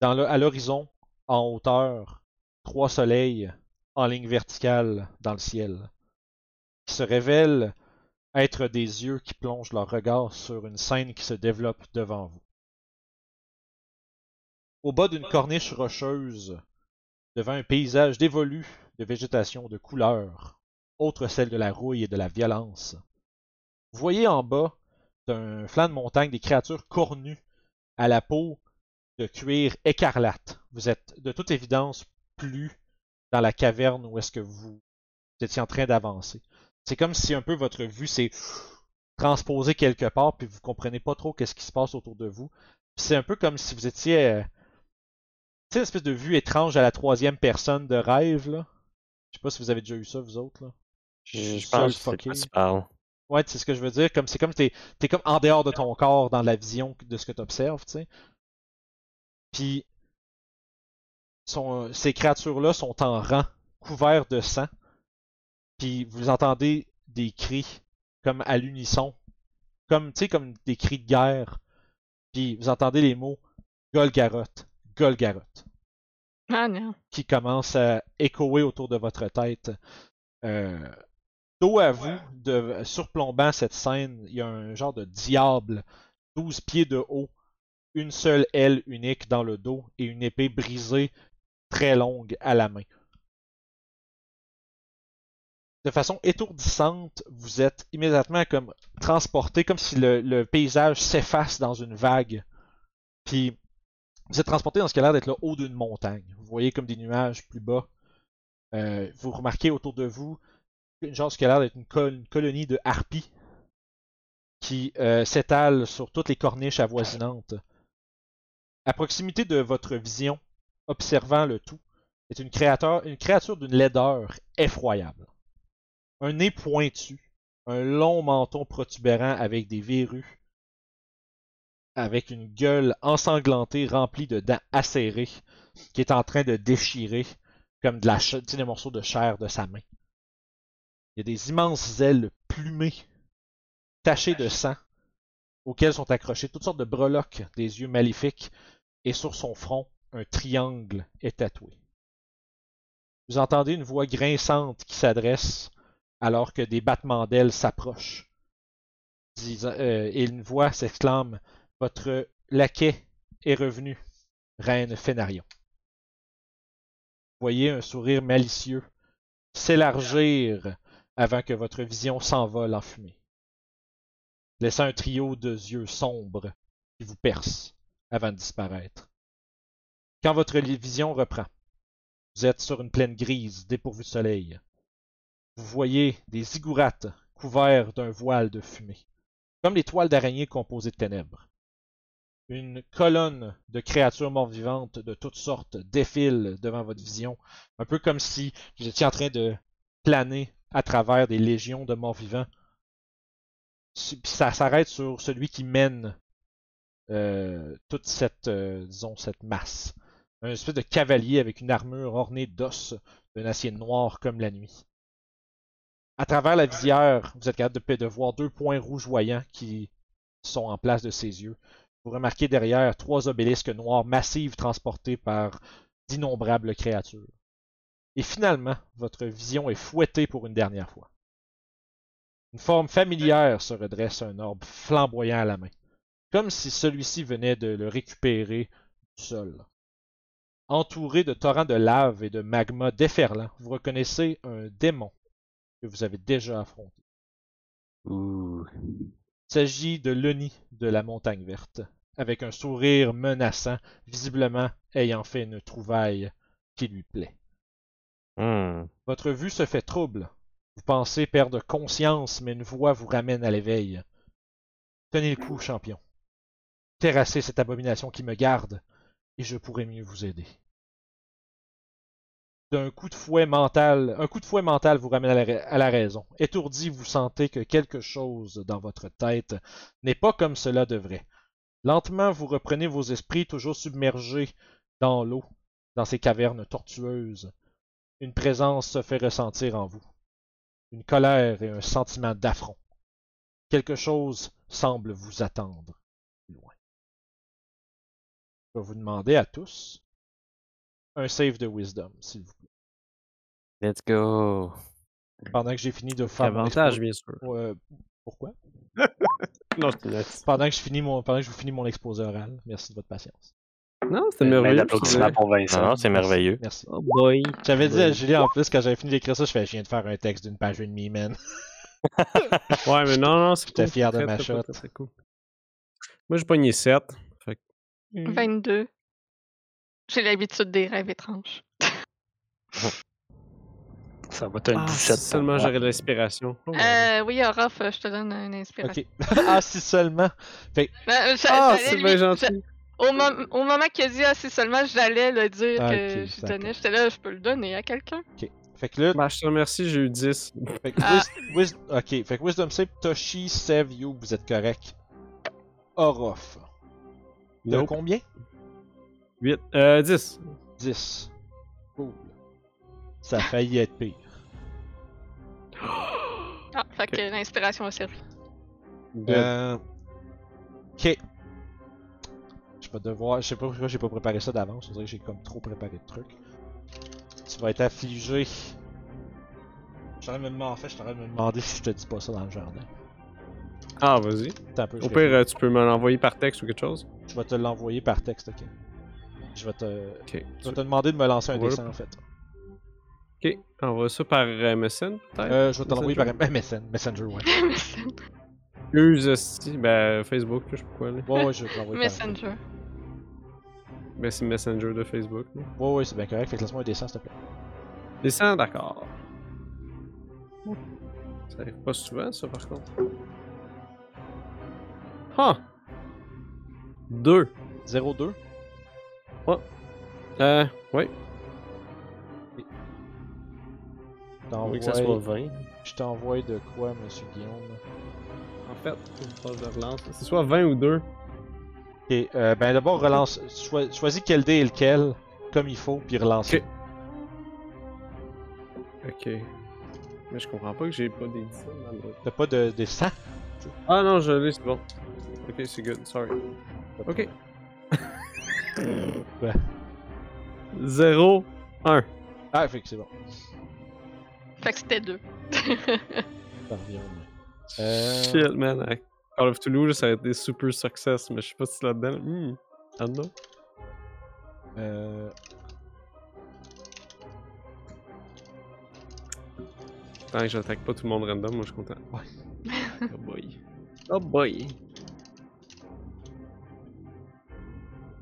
A: Dans le- à l'horizon, en hauteur, trois soleils en ligne verticale dans le ciel, qui se révèlent être des yeux qui plongent leur regard sur une scène qui se développe devant vous. Au bas d'une corniche rocheuse, devant un paysage dévolu de végétation de couleurs, autre celle de la rouille et de la violence, vous voyez en bas d'un flanc de montagne des créatures cornues à la peau de cuir écarlate. Vous êtes de toute évidence plus dans la caverne où est-ce que vous étiez en train d'avancer. C'est comme si un peu votre vue s'est transposée quelque part, puis vous comprenez pas trop qu'est-ce qui se passe autour de vous. Puis c'est un peu comme si vous étiez, euh, tu sais, une espèce de vue étrange à la troisième personne de rêve là. Je sais pas si vous avez déjà eu ça vous autres là.
E: Je,
A: suis
E: pense que
A: seul
E: c'est de quoi
A: fucké.
E: tu parles.
A: Ouais, c'est ce que je veux dire. Comme c'est comme t'es t'es comme en dehors de ton corps dans la vision de ce que t'observes, tu sais. Puis sont- ces créatures-là sont en rang, couverts de sang. Puis vous entendez des cris comme à l'unisson, comme tu sais comme des cris de guerre. Puis vous entendez les mots Golgaroth, Golgaroth
B: Ah non.
A: qui commence à échoer autour de votre tête. Euh, dos à vous, de, surplombant cette scène, il y a un genre de diable, 12 pieds de haut, une seule aile unique dans le dos et une épée brisée très longue à la main. De façon étourdissante, vous êtes immédiatement comme transporté, comme si le, le paysage s'efface dans une vague. Puis vous êtes transporté dans ce qui a l'air d'être le haut d'une montagne. Vous voyez comme des nuages plus bas. Euh, vous remarquez autour de vous une genre ce qui a l'air d'être une, col- une colonie de harpies qui euh, s'étale sur toutes les corniches avoisinantes. À proximité de votre vision, observant le tout, est une, créateur, une créature d'une laideur effroyable. Un nez pointu, un long menton protubérant avec des verrues, avec une gueule ensanglantée remplie de dents acérées qui est en train de déchirer comme de la cha- tu sais, des morceaux de chair de sa main. Il y a des immenses ailes plumées, tachées de sang, auxquelles sont accrochées toutes sortes de breloques, des yeux maléfiques, et sur son front, un triangle est tatoué. Vous entendez une voix grinçante qui s'adresse alors que des battements d'ailes s'approchent. Dis- euh, et une voix s'exclame votre laquais est revenu, reine Fénarion. Vous voyez un sourire malicieux s'élargir avant que votre vision s'envole en fumée, laissant un trio de yeux sombres qui vous percent avant de disparaître. Quand votre li- vision reprend, vous êtes sur une plaine grise dépourvue de soleil. Vous voyez des zigourates couverts d'un voile de fumée, comme les toiles d'araignée composées de ténèbres. Une colonne de créatures mort-vivantes de toutes sortes défile devant votre vision, un peu comme si vous étiez en train de planer à travers des légions de morts-vivants. Si- Puis ça s'arrête sur celui qui mène euh, toute cette, euh, disons, cette masse. Un espèce de cavalier avec une armure ornée d'os d'un acier noir comme la nuit. À travers la visière, vous êtes capable de, de voir deux points rougeoyants qui sont en place de ses yeux. Vous remarquez derrière trois obélisques noirs massifs transportés par d'innombrables créatures. Et finalement, votre vision est fouettée pour une dernière fois. Une forme familière se redresse un orbe flamboyant à la main, comme si celui-ci venait de le récupérer du sol. Entouré de torrents de lave et de magma déferlant, vous reconnaissez un démon que vous avez déjà affronté.
E: Ouh.
A: Il s'agit de Leni de la Montagne Verte, avec un sourire menaçant, visiblement ayant fait une trouvaille qui lui plaît.
E: Hmm.
A: Votre vue se fait trouble. Vous pensez perdre conscience, mais une voix vous ramène à l'éveil. Tenez le coup, champion. Terrassez cette abomination qui me garde, et je pourrai mieux vous aider. D'un coup de fouet mental, un coup de fouet mental vous ramène à la, ra- à la raison. Étourdi, vous sentez que quelque chose dans votre tête n'est pas comme cela devrait. Lentement, vous reprenez vos esprits, toujours submergés dans l'eau, dans ces cavernes tortueuses. Une présence se fait ressentir en vous. Une colère et un sentiment d'affront. Quelque chose semble vous attendre loin. Je vais vous demander à tous un save de wisdom, s'il vous plaît.
E: Let's go.
A: Pendant que j'ai fini de faire mon
C: Avantage, bien sûr.
A: expo- euh, pourquoi?
C: Non, je te laisse.
A: Pendant que je finis mon pendant que je vous finis mon exposé oral. Merci de votre patience.
C: Non, c'était
D: Plein
C: merveilleux.
D: d'applaudissements pour
E: Non,
D: Vincent.
E: non, c'est merveilleux.
A: Merci.
C: Oh boy.
A: J'avais dit à
C: Ouais.
A: Julien en plus quand j'avais fini d'écrire ça, je fais je viens de faire un texte d'une page et demie, man.
C: Ouais, mais non, non, c'est
A: J'étais
C: cool,
A: fier
C: c'est
A: de
C: très,
A: ma
C: très,
A: shot.
C: très, très cool. Moi, j'ai pogné 7. Fait... que-
B: 22. J'ai l'habitude des rêves étranges.
D: Ça va être un
C: Ah,
D: 17.
C: si seulement j'aurais de l'inspiration. Oh, ouais.
B: Euh, oui, Orof, euh, je te donne une inspiration.
A: Ok. ah si seulement.
B: Ben, j'a-
C: Ah,
B: j'allais
C: c'est
B: lui-
C: bien
B: j'a-
C: gentil.
B: Au, mom- au moment qu'il a dit ah, c'est seulement, j'allais le dire
A: Ah,
B: que
A: ok,
B: je
A: d'accord.
B: donnais. J'étais là, je peux le donner à quelqu'un.
A: Fait que là,
C: Bah, je te remercie, j'ai eu 10.
A: fait que
B: Ah.
A: wis- wis- ok. Fait que wisdom save, Toshi, Sev, You, vous êtes correct. Orof. De
C: Nope.
A: combien?
C: 8. Euh, 10.
A: 10. Cool. Ça a failli être pire.
B: Ah, fait que l'inspiration a servi.
A: Euh, Ok. Je vais devoir. Je sais pas pourquoi j'ai pas préparé ça d'avance. On dirait que j'ai comme trop préparé de trucs. Tu vas être affligé. Je suis en train de me demander- en fait, je suis en train de me demander si je te dis pas ça dans le jardin.
C: Ah, vas-y.
A: Attends un peu, je
C: Au
A: vais-
C: pire, euh, tu peux me l'envoyer par texte ou quelque chose.
A: Je vais te l'envoyer par texte, ok. Je vais te.
C: Ok.
A: Je vais te demander de me lancer un
C: Ouais.
A: dessin en fait.
C: Ok. Envoie ça par euh, MSN, peut-être.
A: Euh, je vais te l'envoyer par
C: Messenger.
A: MSN. Messenger, ouais.
C: Use aussi. Ben, Facebook, je sais pas pourquoi. là.
A: Ouais, ouais, je vais te l'envoyer par.
B: Messenger.
C: Ben, c'est Messenger de Facebook. là.
A: Ouais, ouais, c'est bien correct. Fait que laisse-moi un dessin, s'il te plaît.
C: Descends, d'accord. Ça arrive pas souvent, ça, par contre. Ah! Deux.
A: 02.
C: Euh, oui.
A: T'envoies-
C: Oui, que ça soit 20.
A: Je t'envoie de quoi, monsieur Guillaume
C: En fait, faut que je fasse de relance. C'est soit 20 ou 2.
A: Ok, euh, ben d'abord relance. choi- choisis quel dé et lequel, comme il faut, puis relance.
C: Ok. Ok. Mais je comprends pas que j'ai pas des 10 dans le...
A: T'as pas de, de sang
C: Ah non, je l'ai, c'est bon. Ok, c'est good, sorry. Ok.
A: Ouais.
C: 0, 1.
A: Ah, fait que c'est bon.
B: Fait que c'était deux.
A: Ça revient. au moins. Euh.
C: Shit, man. à Call of Toulouse, ça a été super success, mais je sais pas si là-dedans. Hmm. I don't know.
A: Euh.
C: Tant que j'attaque pas tout le monde random, moi je suis content.
A: Ouais.
C: oh boy. Oh boy.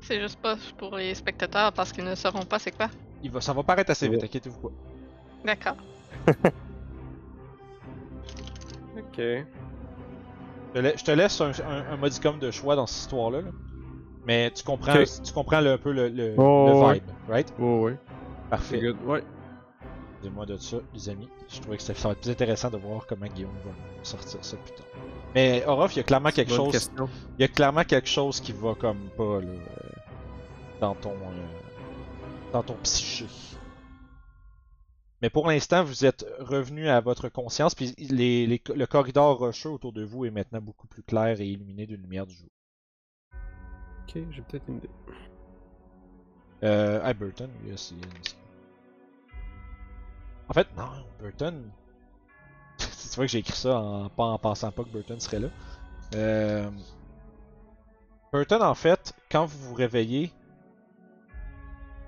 B: C'est juste pas pour les spectateurs parce qu'ils ne sauront pas c'est quoi.
A: Il va, ça va paraître assez vite,
C: Ouais.
A: inquiétez-vous pas.
B: D'accord.
C: Ok.
A: Je te, la- je te laisse un, un, un modicum de choix dans cette histoire-là. là. Mais tu comprends,
C: Ok.
A: tu comprends le- un peu le, le,
C: Oh,
A: le
C: ouais.
A: vibe, right?
C: Oh ouais. C'est
A: Parfait.
C: good. Ouais.
A: Dis-moi de ça, les amis. Je trouvais que ça ça va être plus intéressant de voir comment Guillaume va nous sortir ça plus tard. Mais Orof, il y a clairement quelque
C: Bonne
A: chose.
C: question.
A: Il y a clairement quelque chose qui va comme pas là, euh, dans ton euh, dans ton psyché. Mais pour l'instant, vous êtes revenu à votre conscience, puis les- les- le corridor rocheux autour de vous est maintenant beaucoup plus clair et illuminé d'une lumière du jour.
C: Ok, j'ai peut-être une idée.
A: Euh, ah, Burton, oui, c'est- c'est- En fait, non, Burton. tu vois que j'ai écrit ça en, pas- en pensant pas que Burton serait là. Euh, Burton, en fait, quand vous vous réveillez,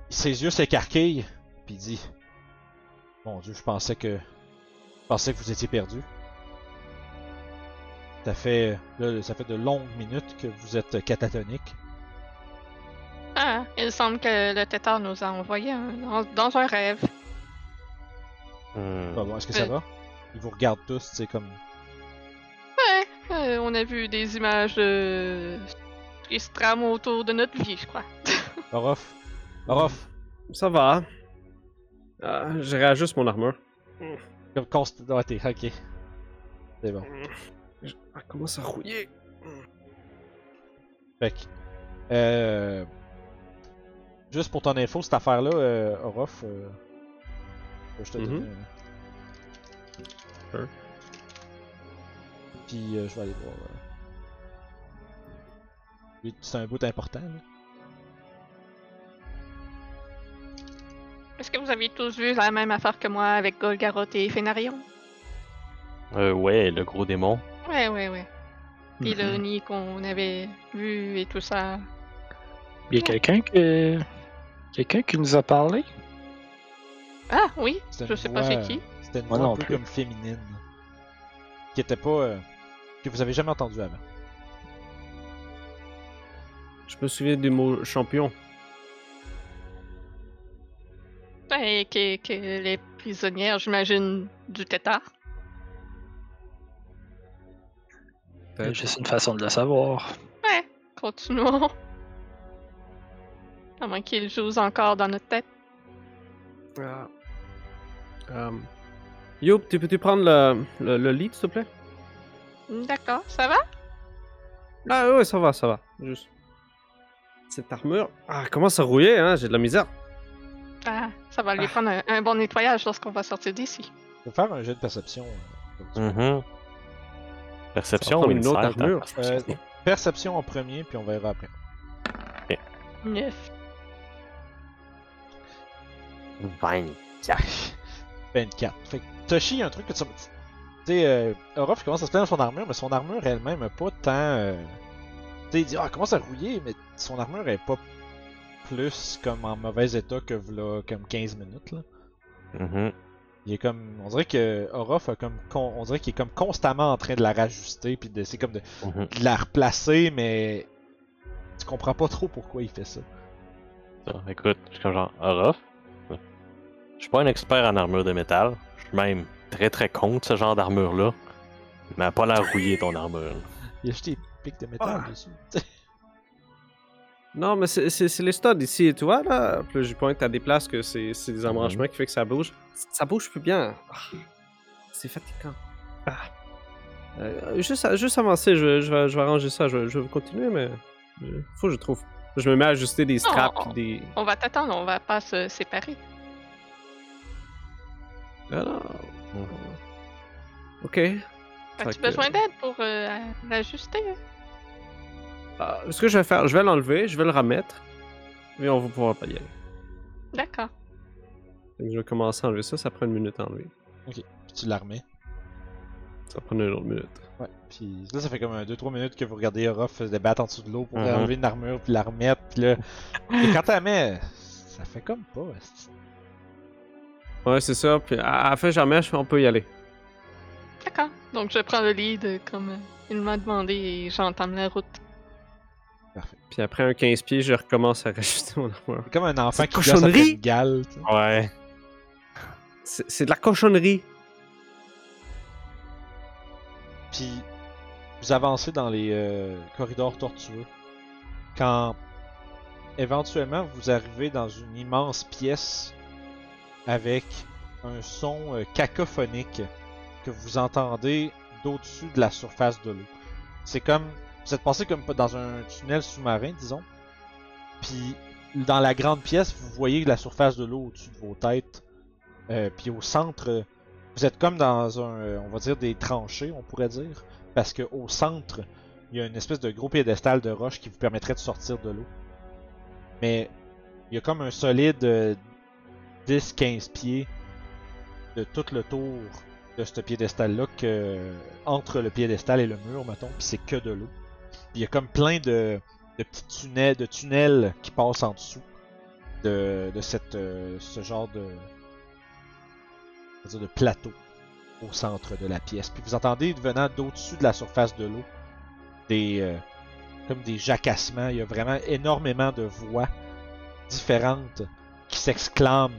A: ses yeux s'écarquillent, puis il dit Mon Dieu, je pensais que. Je pensais que vous étiez perdu. Ça fait, là, ça fait de longues minutes que vous êtes catatonique.
B: Ah, il semble que le tétard nous a envoyé un- dans, dans un rêve.
C: Mm.
E: Hmm.
A: Bon, bon, Est-ce que ça
B: Euh.
A: va Ils vous regardent tous, c'est comme.
B: Ouais, euh, on a vu des images de... qui se trament autour de notre vie, je crois.
A: Orof. Orof.
C: Ça va. Ah, je réajuste mon armure.
A: Comme const... ouais, t'es- ok. C'est bon.
C: Ah, Je- Elle commence à rouiller.
A: Fait que, euh, juste pour ton info, cette affaire-là, euh, Orof, euh, je te
C: Mhm.
A: donne. euh,
C: Sure.
A: Puis euh, je vais aller voir. euh. Oui, C'est un bout important. là.
B: Est-ce que vous aviez tous vu la même affaire que moi avec Golgaroth et Fénarion?
E: Euh, ouais, le gros démon.
B: Ouais, ouais, ouais.
A: Mm-hmm.
B: Puis le
C: Hmm.
D: Mhm.
B: nid qu'on avait vu et tout ça.
D: Il y a quelqu'un que... quelqu'un qui nous a parlé?
B: Ah oui,
A: C'était
B: je
A: une
B: sais pas
A: voix,
B: c'est
A: euh,
B: qui.
A: C'était une
D: Moi
A: voix
D: non
A: un peu
D: plus.
A: comme féminine. Qui était pas. euh, que vous avez jamais entendu avant.
C: Je me souviens du mot champion.
B: Ouais, que, que les prisonnières, j'imagine, du tétard.
D: Il y a
C: peut-être.
D: juste une façon de le savoir.
B: Ouais, continuons. À moins qu'ils jouent encore dans notre tête.
C: Ah. Euh, Youp, tu peux-tu prendre le, le, le lead, s'il te plaît
B: D'accord, ça va?
C: Ah ouais, ça va, ça va. Juste. Cette armure. Ah, comment ça rouiller, hein J'ai de la misère.
B: Ah, ça va lui prendre un, un bon nettoyage lorsqu'on va sortir d'ici.
A: Je vais faire un jet de perception. euh, comme ça.
E: Mhm. Perception
C: Ça
E: ou
C: va prendre une autre
E: insight, hein?
C: armure.
A: Euh, perception en premier, puis on verra après.
B: Neuf.
E: 24.
A: 24. Ben, Fait que Toshi, il y a un truc que tu. Tu sais, euh, Orof il commence à se plaindre de son armure, mais son armure elle-même est pas tant. euh, Tu sais, il dit Ah, elle commence à rouiller, mais son armure est pas plus comme en mauvais état que v'là comme 15 minutes. Là.
E: Mhm.
A: Il est comme. On dirait que Orof a comme. con- On dirait qu'il est comme constamment en train de la rajuster, puis d'essayer comme de,
E: Mhm.
A: de la replacer, mais. Tu comprends pas trop pourquoi il fait ça.
E: Ça, écoute, je suis comme genre, Orof, je suis pas un expert en armure de métal. Je suis même très très contre ce genre d'armure-là. Mais elle a pas l'air rouillée ton armure.
A: Il a jeté des pics de métal
C: Ah.
A: dessus.
C: Non, mais c'est- c'est c'est les studs ici, tu vois, là. Puis là, je pointe à des places que c'est c'est des embranchements qui fait que ça bouge. Ça bouge plus bien. Ah, c'est fatigant. Ah. Euh, juste, à- juste avancer, je, vais- je, vais, je vais arranger ça. Je, vais- je vais continuer, mais. je- faut que je trouve. Je me mets à ajuster des straps
B: Oh.
C: pis des.
B: On va t'attendre, on va pas se séparer.
C: Ah, non.
E: Mhm.
C: Ok.
B: As-tu
C: que-
B: besoin d'aide pour euh, l'ajuster?
C: Ah, ce que je vais faire, je vais l'enlever, je vais le remettre. Mais on va pouvoir pas y aller.
B: D'accord.
C: Donc, Je vais commencer à enlever ça, ça prend une minute à enlever.
A: Puis tu la remets.
C: Ça prend une autre minute.
A: Ouais, puis là, ça fait comme 2-3 minutes que vous regardez Orof se débattre en dessous de l'eau pour
E: Mhm.
A: enlever une armure puis la remettre. Puis là, et quand elle met, ça fait comme pas. esti.
C: Ouais, c'est ça. Puis à à la fin, jamais, je fais, on peut y aller.
B: D'accord. Donc je prends le lead euh, comme euh, il m'a demandé et j'entame la route.
C: Puis après un 15 pieds, je recommence à rajouter mon armure.
A: C'est comme un enfant
C: Cette
A: qui gosse après
C: cochonnerie!
A: une gale. tu sais.
E: Ouais.
C: C'est c'est de la cochonnerie.
A: Puis vous avancez dans les euh, corridors tortueux. Quand éventuellement vous arrivez dans une immense pièce avec un son euh, cacophonique que vous entendez d'au-dessus de la surface de l'eau. C'est comme vous êtes passé comme dans un tunnel sous-marin, disons. Puis dans la grande pièce, vous voyez la surface de l'eau au-dessus de vos têtes. Euh, puis au centre, euh, vous êtes comme dans un, euh, on va dire des tranchées, on pourrait dire, parce que au centre, il y a une espèce de gros piédestal de roche qui vous permettrait de sortir de l'eau. Mais il y a comme un solide euh, 10-15 pieds de tout le tour de ce piédestal-là que entre le piédestal et le mur, mettons, puis c'est que de l'eau. Puis Il y a comme plein de, de petits tunnels, de tunnels qui passent en dessous de, de cette, euh, ce genre de, on va dire de plateau au centre de la pièce. Puis vous entendez venant d'au-dessus de la surface de l'eau des euh, comme des jacassements. Il y a vraiment énormément de voix différentes qui s'exclament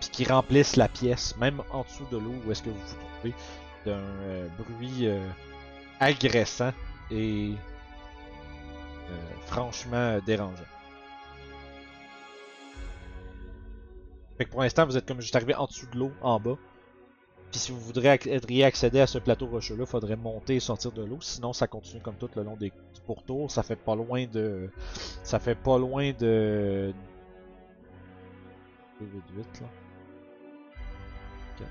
A: puis qui remplissent la pièce, même en dessous de l'eau où est-ce que vous vous trouvez d'un euh, bruit euh, agressant et euh, franchement euh, dérangeant. Fait que pour l'instant, vous êtes comme juste arrivé en dessous de l'eau, en bas. Puis si vous voudrez acc- voudriez accéder à ce plateau rocheux-là, il faudrait monter et sortir de l'eau. Sinon, ça continue comme tout le long des, du pourtour. Ça fait pas loin de. Ça fait pas loin de. 288 là. Ok.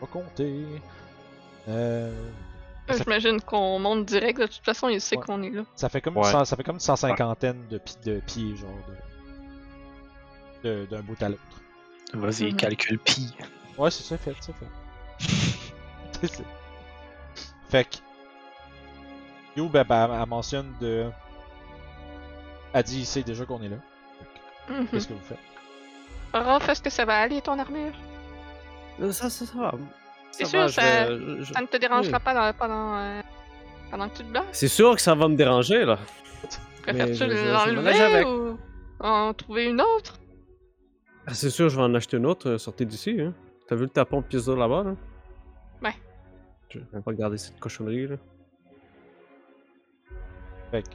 A: Pas compter. Euh.
B: Euh,
A: Ça-
B: J'imagine qu'on monte direct. De toute façon, il sait
A: Ouais.
B: qu'on est là.
A: Ça fait comme,
E: Ouais.
A: une, cent- ça fait comme une cent cinquantaine de, pi- de pieds, genre, de- de- d'un bout à l'autre.
D: Vas-y,
B: Mhm.
D: calcule pi.
A: Ouais, c'est ça, fait, c'est fait. C'est ça. Fait que. Youb, elle, elle- elle mentionne de. Elle dit, il sait déjà qu'on est là.
B: Mhm.
A: Qu'est-ce que vous faites?
B: Raph, est-ce que ça va aller ton armure
C: Euh, Ça, ça, ça va.
B: C'est
C: Ça va,
B: sûr,
C: je vais- je- je-
B: Ça ne te dérangera pas dans- pendant, euh, pendant que tu te bats
C: C'est sûr que ça va me déranger, là. je-
B: Préfères-tu
C: je- je
B: l'enlever
C: ménage avec.
B: ou en trouver une autre
C: Ah, C'est sûr, je vais en acheter une autre, euh, sortez d'ici. Hein. T'as vu le tapon de pizza là-bas, là?
B: Ouais.
C: Je vais même pas garder cette cochonnerie, là.
A: Fait que.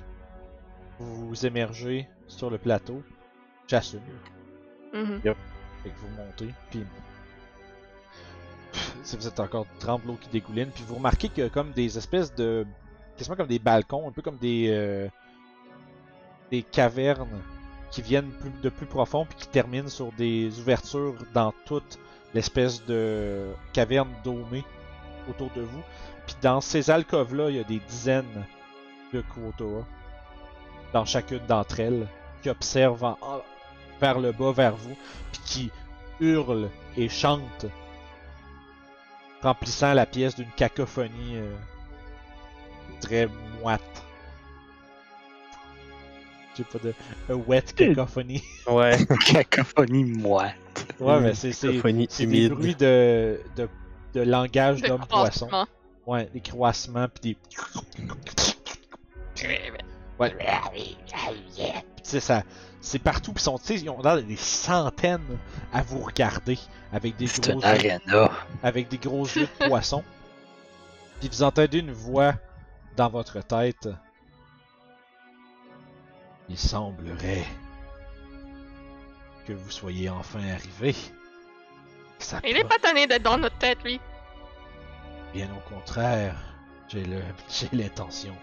A: Vous vous émergez sur le plateau. J'assume.
B: Mhm.
A: Fait que vous montez, puis... Pff, Si vous êtes encore trempe l'eau qui dégouline, puis vous remarquez qu'il y a comme des espèces de... Quasiment comme des balcons, un peu comme des... euh, Des cavernes qui viennent plus, de plus profond, puis qui terminent sur des ouvertures dans toute l'espèce de caverne dômée autour de vous. Puis dans ces alcôves-là, il y a des dizaines de Kuotoa dans chacune d'entre elles qui observent en- en- vers le bas, vers vous puis qui hurle et chante, remplissant la pièce d'une cacophonie euh, très moite. J'ai pas de. A wet cacophonie.
E: Ouais.
D: Cacophonie moite.
A: ouais, mais c'est, c'est,
E: Cacophonie
A: c'est des
E: humide.
A: bruits de, de, de langage
B: De
A: d'homme-poisson.
B: croissement.
A: Ouais, des croissements, puis des. Ouais. C'est ça. C'est partout, puis sont, tu sais, ils ont l'air d'être des centaines à vous regarder avec des
D: C'est
A: gros
D: une
A: yeux
D: arena.
A: avec des gros yeux de poisson. Puis vous entendez une voix dans votre tête. Il semblerait que vous soyez enfin arrivé. Ça
B: Il est
A: pro-
B: pas tanné d'être dans notre tête, lui.
A: Bien au contraire, j'ai le j'ai l'intention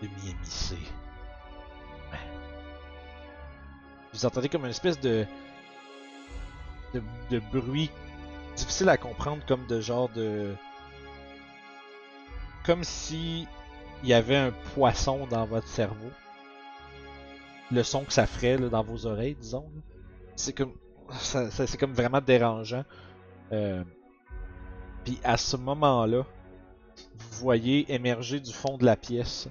A: de m'y émisser. Mais- Vous entendez comme une espèce de, de de bruit difficile à comprendre, comme de genre de comme si il y avait un poisson dans votre cerveau. Le son que ça ferait là, dans vos oreilles, disons. là. C'est comme ça- ça- c'est comme vraiment dérangeant. Euh, puis à ce moment-là, vous voyez émerger du fond de la pièce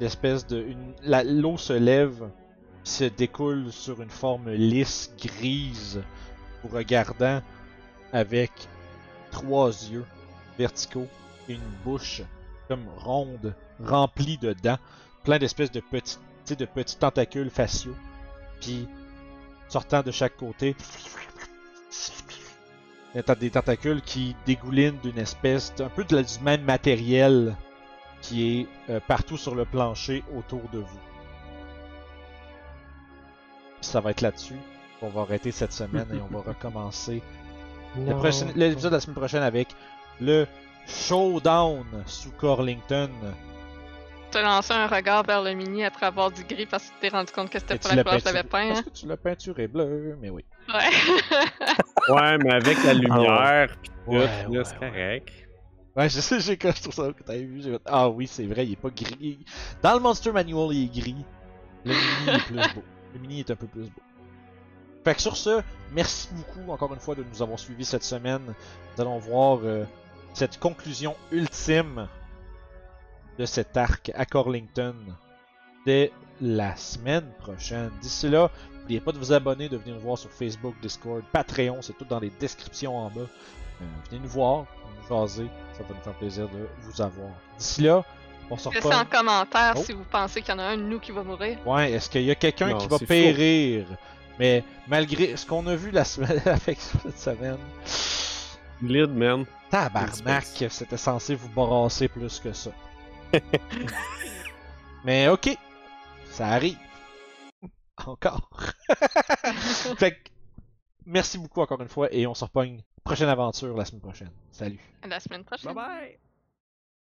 A: l'espèce de une la- l'eau se lève, puis se découle sur une forme lisse grise, vous regardant avec trois yeux verticaux et une bouche comme ronde, remplie de dents, plein d'espèces de petits, tu sais, de petits tentacules faciaux, puis sortant de chaque côté. Il y a Euh, des tentacules qui dégoulinent d'une espèce, un peu de la- du même matériel qui est euh, partout sur le plancher autour de vous. Puis ça va être là-dessus qu'on va arrêter cette semaine et on va recommencer le prochain- l'épisode de la semaine prochaine avec le showdown sous Corlington.
B: Te lancer un regard vers le mini après avoir dit gris parce que tu t'es rendu compte que c'était
A: Et tu
B: pas la
A: l'as
B: couleur que t'avais
A: peinturé-
B: peint,
A: Est-ce
B: hein.
A: que tu l'as peinturé bleu? Mais oui.
B: Ouais.
C: Ah Ouais, mais avec la lumière, pis tout,
A: Ouais,
C: là,
A: ouais,
C: c'est
A: ouais.
C: correct.
A: Ouais, je sais, j'ai quand je trouve ça que t'avais vu. j'ai fait, Ah oui, c'est vrai, il est pas gris. Dans le Monster Manual, il est gris. Le mini est plus beau. Le mini est un peu plus beau. Fait que sur ce, merci beaucoup encore une fois de nous avoir suivis cette semaine. Nous allons voir euh, cette conclusion ultime de cet arc à Corlington dès la semaine prochaine. D'ici là, n'oubliez pas de vous abonner, de venir nous voir sur Facebook, Discord, Patreon, c'est tout dans les descriptions en bas. Euh, venez nous voir, nous jaser, ça va nous faire plaisir de vous avoir. D'ici là, on se
B: Laissez en
A: reprend.
B: commentaire
A: Oh.
B: si vous pensez qu'il y en a un de nous qui va mourir.
A: Ouais, est-ce qu'il y a quelqu'un
C: Non,
A: qui va
C: c'est faux.
A: périr? Mais malgré ce qu'on a vu la semaine avec cette semaine,
C: Lead, man.
A: tabarnak,
C: Dispense.
A: c'était censé vous brasser plus que ça. Mais ok, ça arrive. Encore. fait que Merci beaucoup encore une fois et on se repogne. Prochaine aventure la semaine prochaine. Salut.
B: À la semaine prochaine.
C: bye!